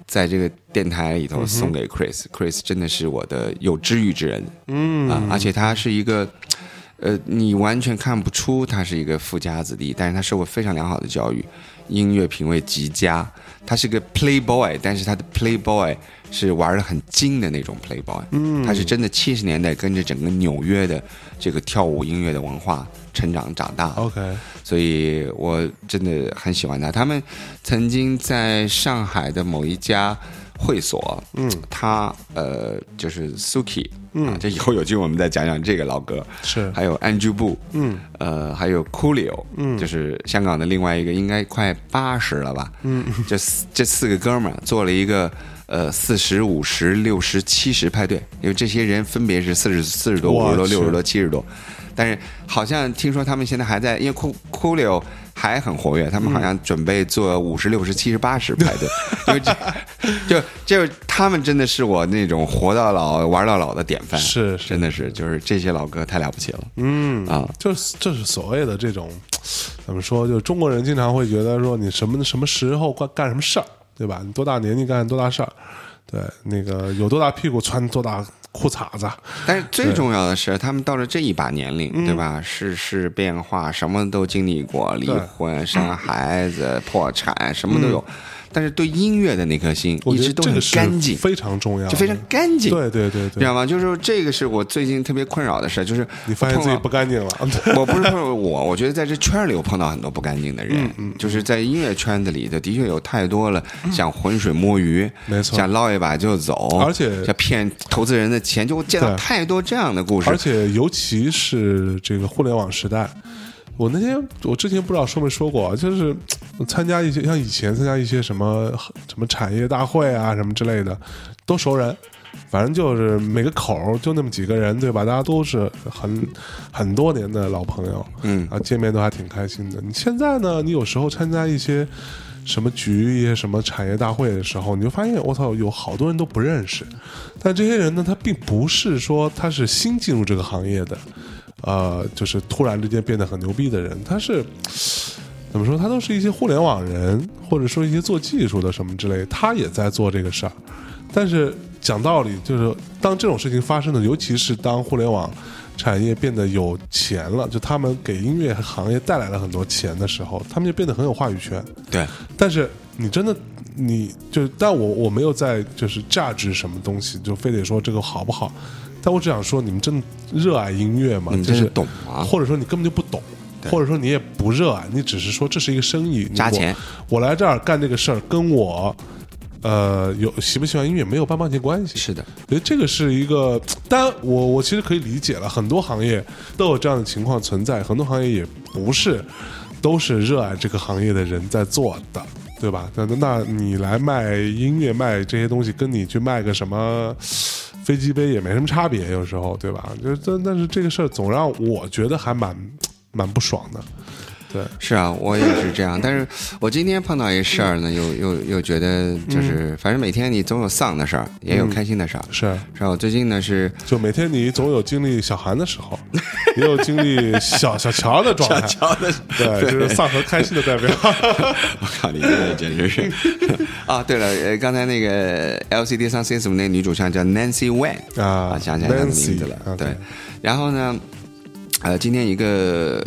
在这个电台里头送给 Chris，Chris、真的是我的有知遇之人，嗯啊，而且他是一个。呃，你完全看不出他是一个富家子弟，但是他受过非常良好的教育，音乐品味极佳。他是个 playboy，但是他的 playboy 是玩的很精的那种 playboy。嗯，他是真的七十年代跟着整个纽约的这个跳舞音乐的文化成长长大的。 OK，所以我真的很喜欢他。他们曾经在上海的某一家会所，嗯，他呃就是 Suki，嗯、啊，这以后有机会我们再讲讲这个老哥，是还有 Andrew Bu，嗯，呃，还有 Coolio，嗯，就是香港的另外一个，应该快八十了吧，嗯，这四这四个哥们儿做了一个。呃，四十五十六十七十派对，因为这些人分别是四十四十多、我五十多、去六十多、七十多，但是好像听说他们现在还在，因为酷酷流还很活跃，他们好像准备做五十六十七十八十派 <laughs> 对，因为这就就是他们真的是我那种活到老玩到老的典范，是是真的是就是这些老哥太了不起了，嗯啊，就是这是所谓的这种怎么说？就是中国人经常会觉得说你什么什么时候干干什么事儿，对吧？你多大年纪干多大事儿，对，那个有多大屁股穿多大裤衩子，但是最重要的是，他们到了这一把年龄，对吧？世事变化，什么都经历过，离婚、生孩嗯子、破产，什么都有。但是对音乐的那颗心我一觉直得都这很个是干净，非常重要的，就非常干净。对对对你知对，道吗？就是说这个是我最近特别困扰的事，就是你发现自己碰到不干 <laughs> 净了， <laughs> 我不是说我，我觉得在这圈里我碰到很多不干净的人，啊嗯就是在音乐圈子里的，的确有太多了，想浑水摸鱼，没错想捞一把就走，而且想骗投资人的钱，就我见到对太多这样的故事。而且尤其是这个互联网时代，我那天我之前不知道说没说过啊，就是嘖参加一些像以前参加一些什么什么产业大会啊什么之类的，都熟人。反正就是每个口儿就那么几个人，对吧？大家都是很很多年的老朋友，嗯啊，见面都还挺开心的。你现在呢？你有时候参加一些什么局、一些什么产业大会的时候，你就发现我操，有好多人都不认识。但这些人呢，他并不是说他是新进入这个行业的，呃，就是突然之间变得很牛逼的人，他是怎么说？他都是一些互联网人，或者说一些做技术的什么之类，他也在做这个事儿。但是讲道理，就是当这种事情发生的，尤其是当互联网产业变得有钱了，就他们给音乐行业带来了很多钱的时候，他们就变得很有话语权。对，但是你真的，你就但我我没有在就是价值什么东西，就非得说这个好不好。但我只想说，你们真的热爱音乐吗？你们就真是的懂吗啊或者说你根本就不懂，或者说你也不热爱，你只是说这是一个生意，砸我钱。我来这儿干这个事儿，跟我呃有喜不喜欢音乐没有半毛钱关系。是的，我觉得这个是一个，当然我我其实可以理解了，很多行业都有这样的情况存在，很多行业也不是都是热爱这个行业的人在做的，对吧？那那你来卖音乐卖这些东西，跟你去卖个什么飞机杯也没什么差别，有时候对吧？就是但但是这个事儿总让我觉得还蛮蛮不爽的，对，是啊，我也是这样。但是我今天碰到一事儿呢，又又又觉得就是，反正每天你总有丧的事儿，也有开心的事儿。嗯是。是啊吧？我最近呢 <laughs> 是就每天你总有经历小韩的时候，也有经历小 <laughs> 小乔的状态， <laughs> 的，对，就是丧和开心的代表。 <laughs> 我靠，你这个简直是 <laughs> 啊！对了，呃，刚才那个 LCD Sound System 那女主唱叫 Nancy Wang 啊想起来她的 Nancy，啊名字了。对 OK，然后呢，呃，今天一个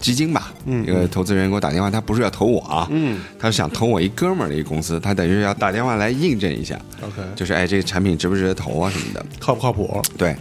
基金吧，嗯一个投资人给我打电话，他不是要投我啊，嗯，他是想投我一哥们儿的一个公司，他等于是要打电话来印证一下， OK，就是哎，这个产品值不值得投啊什么的。靠不靠谱？对，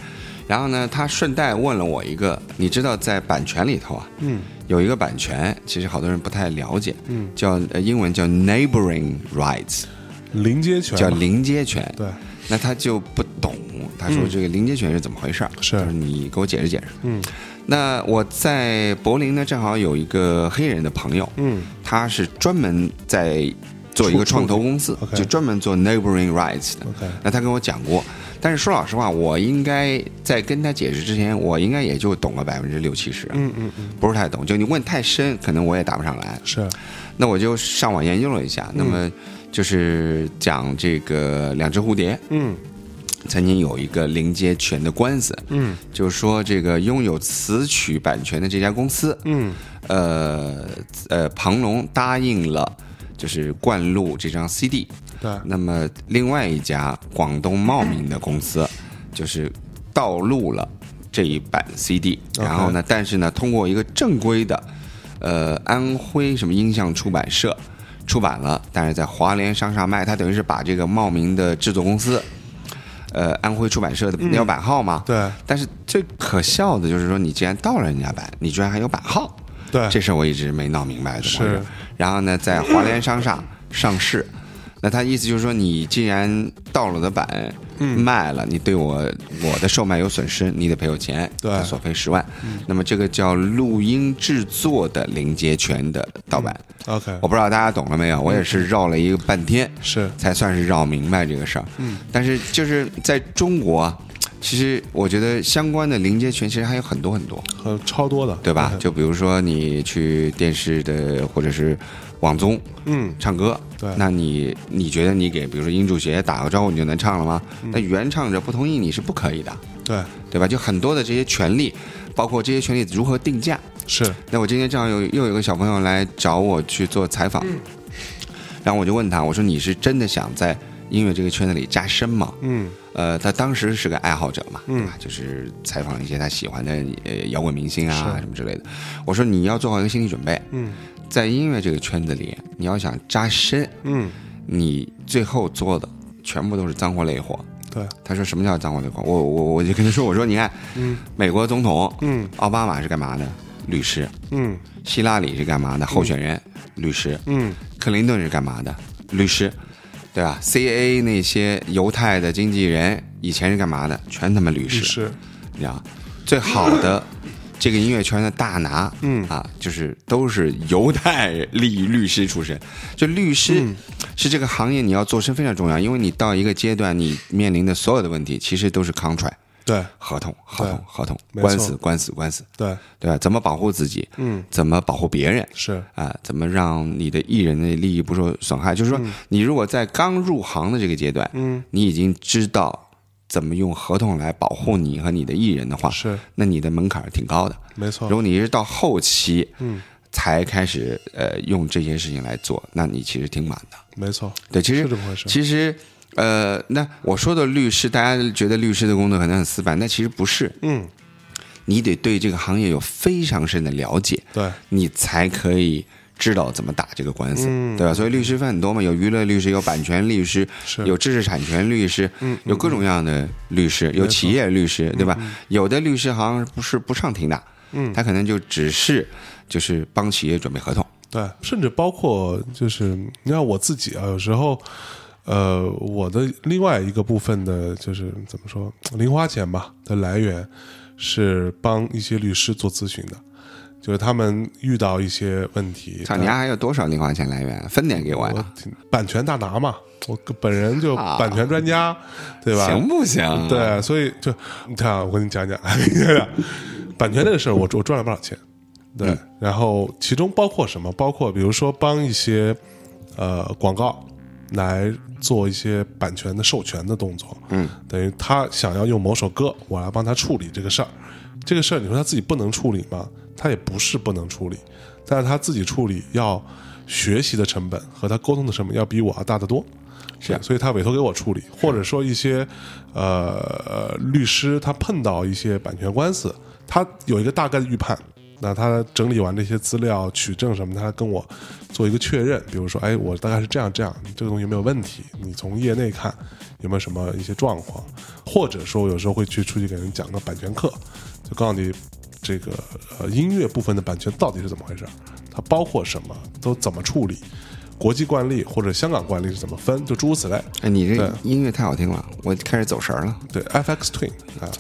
然后呢，他顺带问了我一个，你知道在版权里头啊，嗯，有一个版权，其实好多人不太了解，嗯，叫呃英文叫 neighboring rights，临街权叫嘛临街权，对，那他就不懂，他说这个临街权是怎么回事儿？是嗯就是你给我解释解释。嗯，那我在柏林呢，正好有一个黑人的朋友，嗯，他是专门在做一个出创投公司出，OK 就专门做 neighboring rights 的。 OK 那他跟我讲过，但是说老实话，我应该在跟他解释之前，我应该也就懂了百分之六七十，啊嗯嗯嗯，不是太懂。就你问太深，可能我也答不上来。是那我就上网研究了一下，那嗯么就是讲这个两只蝴蝶，嗯曾经有一个临接权的官司，嗯，就是说这个拥有词曲版权的这家公司，嗯呃呃，庞龙答应了就是灌录这张 CD，对那么另外一家广东茂名的公司就是盗录了这一版 CD， OK 然后呢，但是呢，通过一个正规的呃安徽什么音像出版社。出版了，但是在华联商厦卖，它等于是把这个茂名的制作公司，呃，安徽出版社的要版号嘛。嗯对但是最可笑的就是说，你既然盗了人家版，你居然还有版号，对这事儿我一直没闹明白怎么回事是。然后呢，在华联商厦上市，那他意思就是说，你既然盗了我的版嗯卖了，你对我我的售卖有损失，你得赔我钱，对嗯他索赔十万。那么这个叫录音制作的临接权的盗版， ，OK，我不知道大家懂了嗯没有，我也是绕了一个半天。是才算是绕明白这个事儿。嗯，但是就是在中国啊，其实我觉得相关的临接权其实还有很多很多，很超多的，对吧？就比如说你去电视的或者是网综，嗯，唱歌，对那你你觉得你给比如说音主协打个招呼你就能唱了吗？那原唱者不同意你是不可以的，对，对吧？就很多的这些权利，包括这些权利如何定价，是那我今天正好有又有一个小朋友来找我去做采访，然后我就问他，我说你是真的想在音乐这个圈子里加深吗？嗯呃，他当时是个爱好者嘛，对吧？就是采访一些他喜欢的呃摇滚明星啊是什么之类的。我说你要做好一个心理准备，嗯在音乐这个圈子里，你要想扎深，嗯，你最后做的全部都是脏活累活。对，他说什么叫脏活累活？我我我就跟他说，我说你看，嗯美国总统，嗯奥巴马是干嘛的？律师。嗯希拉里是干嘛的？候选人，律师。嗯，克林顿是干嘛的？律师，对吧？CIA 那些犹太的经纪人以前是干嘛的？全他妈律师，是你知道吗？最好的 <coughs> 这个音乐圈的大拿，嗯啊，就是都是犹太律律师出身。就律师嗯是这个行业你要做深非常重要，因为你到一个阶段，你面临的所有的问题其实都是 contract 对合同、合对同、合同、没错官司、官司、官司，对对吧？怎么保护自己？嗯，怎么保护别人？是啊，怎么让你的艺人的利益不受损害？就是说，嗯你如果在刚入行的这个阶段，嗯，你已经知道怎么用合同来保护你和你的艺人的话，是哦那你的门槛儿挺高的。没如错，果你是到后期，嗯，才开始呃用这些事情来做，那你其实挺满的。没错，对，其实是这么回事，其实，呃，那我说的律师，大家觉得律师的工作可能很死板，但其实不是。嗯，你得对这个行业有非常深的了解，对你才可以知道怎么打这个官司，嗯对吧？所以律师分很多嘛，有娱乐律师，有版权律师，是嗯有知识产权律师，有各种各样的律师，有企嗯业律师，对吧？有的律师好像不是不上庭的，他可能就只是就是帮企业准备合同。对，甚至包括就是你看我自己啊，有时候，呃，我的另外一个部分的，就是怎么说零花钱吧的来源，是帮一些律师做咨询的，就是他们遇到一些问题，操，你丫还有多少零花钱来源？分点给我我呀，挺版权大拿嘛，我本人就版权专家，对吧？行不行？，对，所以就你看啊，我跟你讲讲， <laughs> 讲讲版权这个事儿，我我赚了不少钱，对，然后其中包括什么？包括比如说帮一些呃广告来做一些版权的授权的动作，嗯，等于他想要用某首歌，我来帮他处理这个事儿，这个事儿你说他自己不能处理吗？他也不是不能处理，但是他自己处理要学习的成本和他沟通的成本要比我要大得多。是对所以他委托给我处理，或者说一些呃律师他碰到一些版权官司，他有一个大概的预判，那他整理完这些资料、取证什么，他跟我做一个确认，比如说，哎，我大概是这样这样，你这个东西有没有问题？你从业内看有没有什么一些状况？或者说有时候会去出去给人讲个版权课，就告诉你这个呃音乐部分的版权到底是怎么回事儿，它包括什么，都怎么处理。国际惯例或者香港惯例是怎么分，就诸如此类。哎，你对这音乐太好听了，我开始走神儿了，对，FX Twin 啊，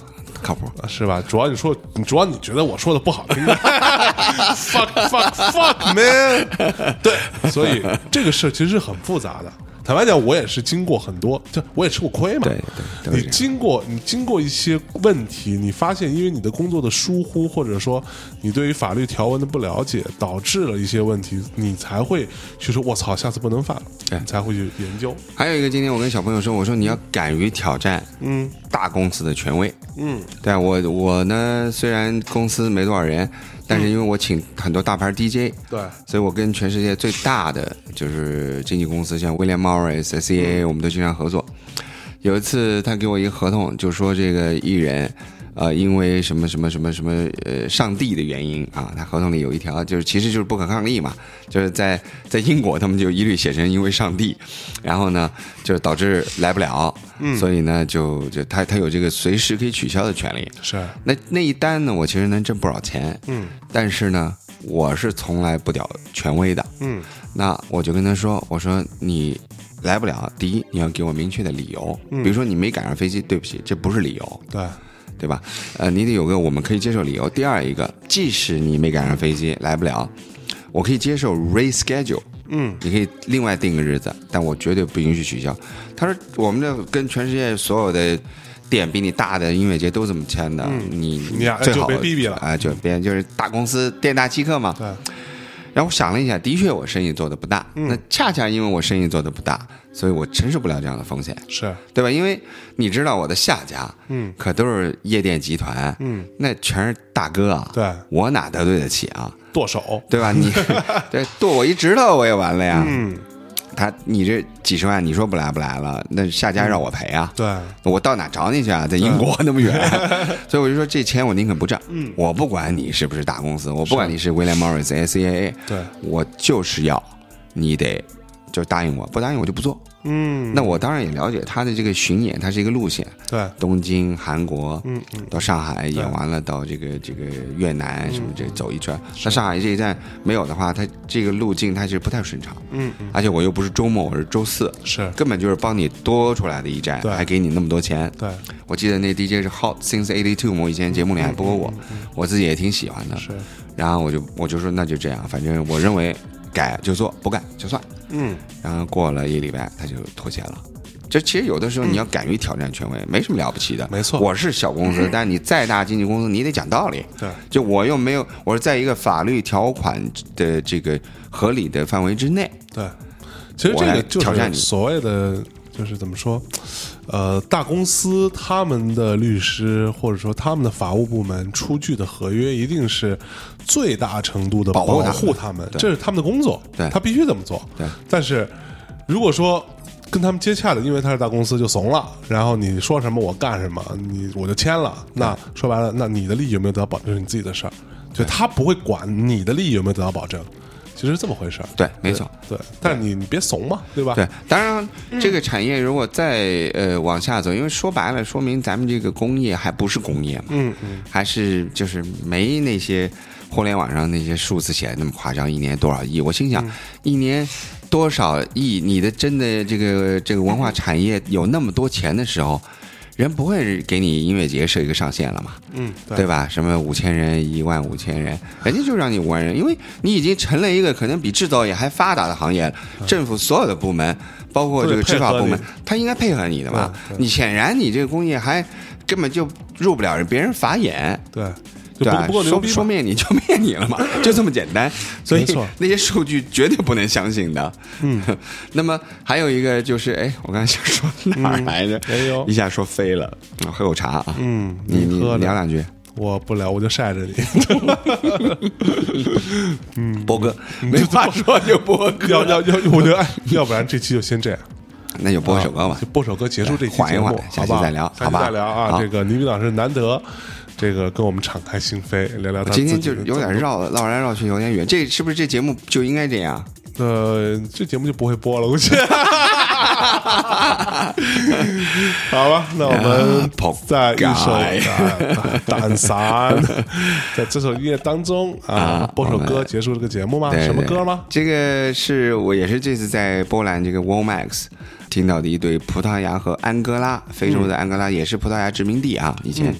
靠谱。是吧？主要你说，主要你觉得我说的不好听 <laughs> ，fuck fuck fuck man。对，所以这个事儿其实是很复杂的。坦白讲，我也是经过很多，就我也吃过亏嘛。对对都是你这样经过你经过一些问题，你发现因为你的工作的疏忽，或者说你对于法律条文的不了解，导致了一些问题，你才会去说“我操，下次不能犯了”，对你才会去研究。还有一个，今天我跟小朋友说，我说你要敢于挑战，嗯，大公司的权威，嗯，对啊我我呢，虽然公司没多少人，但是因为我请很多大牌 DJ，、对所以我跟全世界最大的就是经纪公司，像 William Morris、CA，我们都经常合作。有一次，他给我一个合同，就说这个艺人，呃，因为什么什么什么什么，呃，上帝的原因啊，他合同里有一条，就是其实就是不可抗力嘛，就是在在英国他们就一律写成因为上帝，然后呢，就是导致来不了，所以呢，就就他他有这个随时可以取消的权利。是那那一单呢，我其实能挣不少钱，嗯，但是呢，我是从来不屌权威的，嗯，那我就跟他说，我说你来不了，第一你要给我明确的理由，比如说你没赶上飞机，对不起，这不是理由，对对吧？呃，你得有个我们可以接受理由。第二一个，即使你没赶上飞机来不了，我可以接受 reschedule。嗯，你可以另外定个日子，但我绝对不允许取消。他说，我们这跟全世界所有的店比你大的音乐节都这么签的，你嗯你呀最好就别逼逼了啊，就别就是大公司店大欺客嘛。对，然后我想了一下，的确我生意做的不大，嗯那恰恰因为我生意做的不大，所以我承受不了这样的风险。是对吧？因为你知道我的下家，嗯，可都是夜店集团，嗯，那全是大哥啊，对我哪得罪得起啊？剁手。对 <laughs> 吧？你对剁我一指头我也完了呀。嗯，他你这几十万，你说不来不来了，那下家让我赔啊。对，我到哪找你去啊？在英国那么远， <laughs> 所以我就说这钱我宁肯不挣。嗯，我不管你是不是大公司，我不管你是 William Morris、SCAA，对我就是要你得就答应我，不答应我就不做。嗯，那我当然也了解他的这个巡演，它是一个路线，对。东京、韩国，嗯嗯，到上海演完了，到这个这个越南什么这走一圈。那上海这一站没有的话，它这个路径它是不太顺畅，嗯，而且我又不是周末，我是周四，是根本就是帮你多出来的一站，对还给你那么多钱。对，我记得那 DJ 是 Hot Since Eighty Two，我以前节目嗯里还播过，我自己也挺喜欢的。是，然后我就我就说那就这样，反正我认为改就做，不改就算。嗯，然后过了一礼拜，他就妥协了。就其实有的时候你要敢于挑战权威，没什么了不起的。没错我是小公司， <laughs> 但你再大经纪公司，你得讲道理。对，就我又没有，我是在一个法律条款的这个合理的范围之内。对，其实这我来个就挑战是你所谓的，就是怎么说，呃，大公司他们的律师或者说他们的法务部门出具的合约，一定是最大程度的保护他们护他们，对这是他们的工作，对他必须这么做。对，但是如果说跟他们接洽的，因为他是大公司，就怂了。然后你说什么我干什么，你我就签了。那说白了，那你的利益有没有得到保证是你自己的事儿，就他不会管你的利益有没有得到保证，其实是这么回事儿。对，没错。对，但你你别怂嘛，对吧？对，当然，这个产业如果再呃往下走，因为说白了，说明咱们这个工业还不是工业嘛，嗯嗯，还是就是没那些互联网上那些数字写的那么夸张，一年多少亿？我心想，一年多少亿？你的真的这个这个文化产业有那么多钱的时候，人不会给你音乐节设一个上限了嘛？嗯，对吧？什么五千人、一万五千人，人家就让你五万人，因为你已经成了一个可能比制造业还发达的行业了。政府所有的部门，包括这个执法部都得门嗯配合，他应该配合你的嘛对。你显然你这个工业还根本就入不了人别人法眼，对，就对不吧？不够牛说逼说嘛。灭你就灭你了嘛， <laughs> 就这么简单。所以没错那些数据绝对不能相信的。嗯， <laughs> 那么还有一个就是，哎，我刚才想说哪儿来着？哎呦一下说飞了。啊喝口茶啊，嗯你你你喝聊着两句。我不聊，我就晒着你，波 <laughs> 哥，没话说就 <laughs> 波哥，要要要，我 <laughs> 就哎，要不然这期就先这样，那就播首歌吧啊就。播首歌结束这期缓一节目缓下好期吧？再聊好下期吧再聊啊！好这个倪斌老师难得，这个跟我们敞开心扉聊聊他 <laughs> 今天啊自就己的有点绕绕来绕去，有点远。这是不是这节目就应该这 <laughs> 样？呃，这节目就不会播了，<laughs> 估计。啊好吧，那我啊们跑在一首改《胆散》在这首音乐当中啊啊，播首我歌们结束这个节目吗？对什么对歌吗？这个是我也是这次在波兰这个 Womax 听到的一对葡萄牙和安哥拉，非嗯洲的安哥拉也是葡萄牙殖民地啊，以前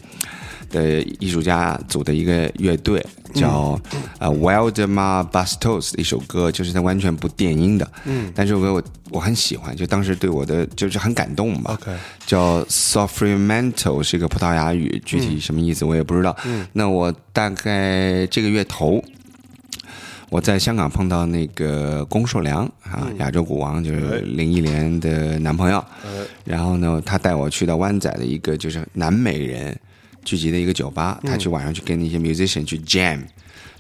的呃艺术家组的一个乐队叫呃 Wildemar Bastos 的一首歌，就是它完全不电音的，嗯，但这首歌我我很喜欢，就当时对我的就是很感动吧。 OK 叫 Sofrimento，是一个葡萄牙语，具体什么意思我也不知道。那我大概这个月头，我在香港碰到那个龚硕良啊，亚洲鼓王，就是林忆莲的男朋友。然后呢，他带我去到湾仔的一个就是南美人聚集的一个酒吧，嗯他去晚上去跟那些 musician 去 jam。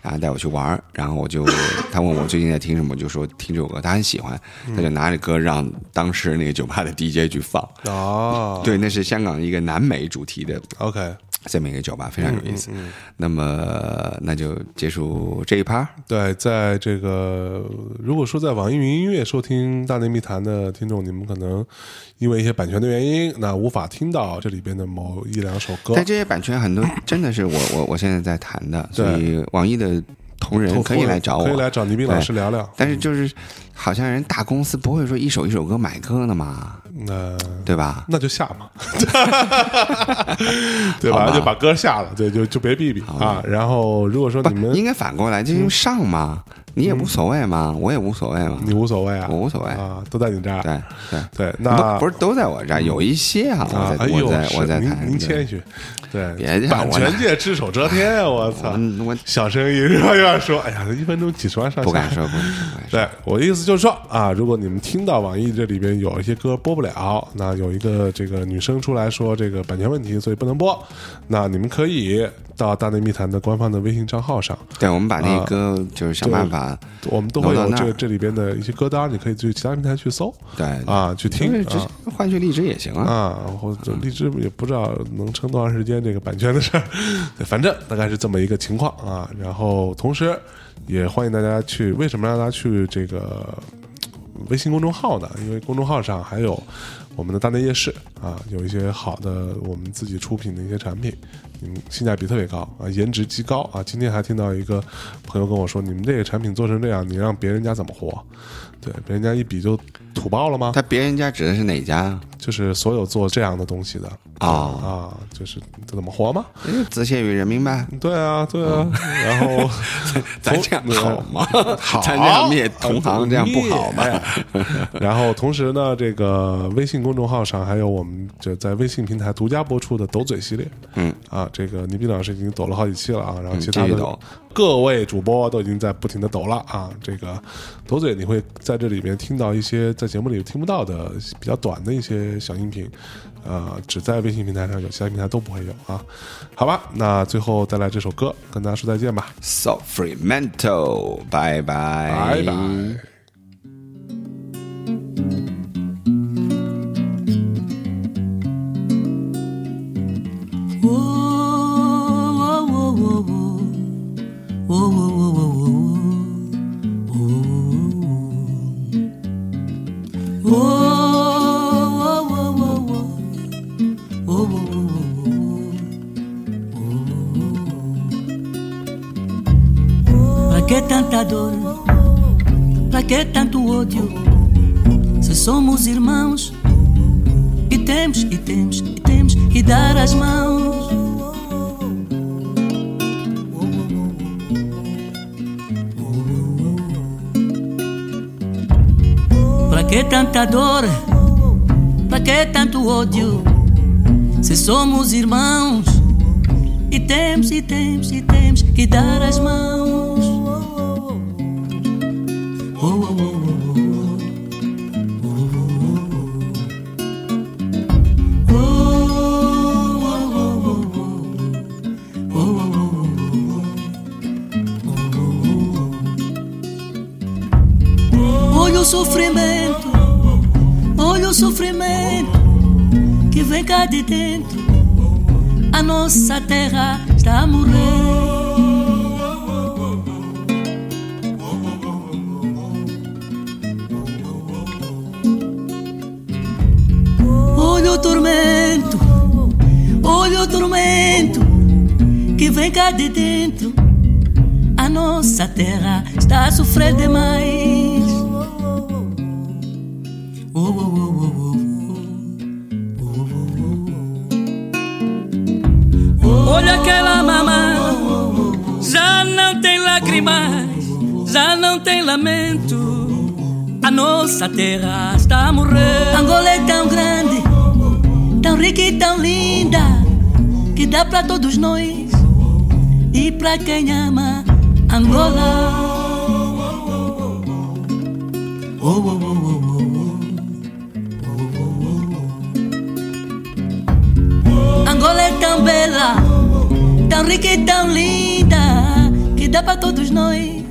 然后带我去玩儿，然后我就他问我最近在听什么，我就说听这首歌，他很喜欢，嗯他就拿着歌让当时那个酒吧的 DJ 去放，哦，对，那是香港一个南美主题的，OK，这么一个酒吧，非常有意思。嗯那么那就结束这一趴儿。对，在这个如果说在网易云音乐收听《大内密谈》的听众，你们可能因为一些版权的原因，那无法听到这里边的某一两首歌但。这些版权很多真的是我我我现在在谈的，所对以网易的同仁可以来找可以我来。找嗯倪斌老师聊聊。但是就是，好像人大公司不会说一首一首歌买歌的嘛，那对吧？那就下嘛， <laughs> 对好吧？吧就把歌下了，对，就就别避避啊。然后如果说不你，们嗯应该反过来，就用上嘛，你也无所谓嘛，我也无所谓嘛，你无所谓啊，我无所谓啊，都在你这儿，对对。对，那不不是都在我这儿，有一些啊，嗯啊我，在哎呦我在，我是在您谈。您对谦虚，对，别让版我权拿界只手遮天啊，我操，嗯我小生意是吧？又要说，哎呀，一分钟几十 <laughs> 万上下，不敢说，不敢说，不敢说。对，我的意思就是说啊，如果你们听到网易这里边有一些歌播不了，那有一个这个女生出来说这个版权问题，所以不能播，那你们可以到大内密谈的官方的微信账号上，对，我们把啊那歌就是想办法，我们都会挪有到那这儿个这里边的一些歌单，你可以去其他平台去搜，对啊，去因听为啊。这换句荔枝也行啊。啊，或者荔枝也不知道能撑多长时间这个版权的事儿， <laughs> 对反正大概是这么一个情况啊。然后同时也欢迎大家去，为什么让大家去这个嗯微信公众号呢？因为公众号上还有我们的大内夜市啊，有一些好的我们自己出品的一些产品，嗯，性价比特别高啊，颜值极高啊。今天还听到一个朋友跟我说，你们这个产品做成这样，你让别人家怎么活？对，别人家一比就土爆了吗？他别人家指的是哪家啊？就是所有做这样的东西的哦啊，就是这怎么活嘛？哎自谢于人民 <laughs> 呗。对啊，对啊。然后嗯 <laughs> <laughs> 咱这样好吗？啊好，啊咱这样灭同行，这样不好哦吗？灭？哎 <laughs> 然后同时呢，这个微信公众号上还有我们这在微信平台独家播出的抖嘴系列，嗯啊，这个倪斌老师已经抖了好几期了啊，然后其他继续的嗯抖各位主播都已经在不停的抖了啊，这个抖嘴你会在这里面听到一些在节目里听不到的比较短的一些小音频。呃，只在微信平台上有，其他平台都不会有啊。好吧，那最后带来这首歌，跟大家说再见吧。 So free mental，拜拜，拜拜。哎哦哦哦哦哦哦哦哦哦哦哦哦哦哦哦哦 que tanto ódio? Se somos irmãos e temos, e temos, e temos que dar as mãos. Pra que tanta dor? Pra que tanto ódio? Se somos irmãos e temos, e temos, e temos que dar as mãos. Oh, oh, oh, oh, oh. Oh, oh, oh, oh. Oh, oh, oh, oh. Olha o sofrimento, olha o sofrimento que vem cá de dentro. A nossa terra está a morrer. Olha o tormento, olha o tormento que vem cá de dentro. A nossa terra está a sofrer demais. Oh, oh, oh, oh, oh. Olha aquela mamã, já não tem lágrimas, já não tem lamento. A nossa terra está a morrer. Angola é tão grande, tão rica e tão linda, que dá pra todos nós e pra quem ama Angola. Oh, oh, oh, oh, oh. Angola é tão bela, tão rica e tão linda, que dá pra todos nós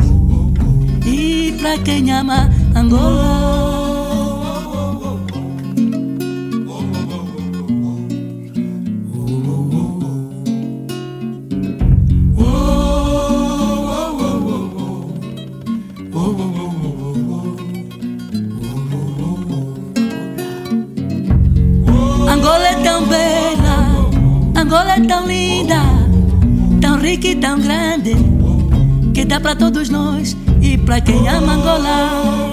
e pra quem ama Angola. Angola é tão bela, Angola é tão linda, tão rica e tão grande, que dá pra todos nós e pra quem ama Angola.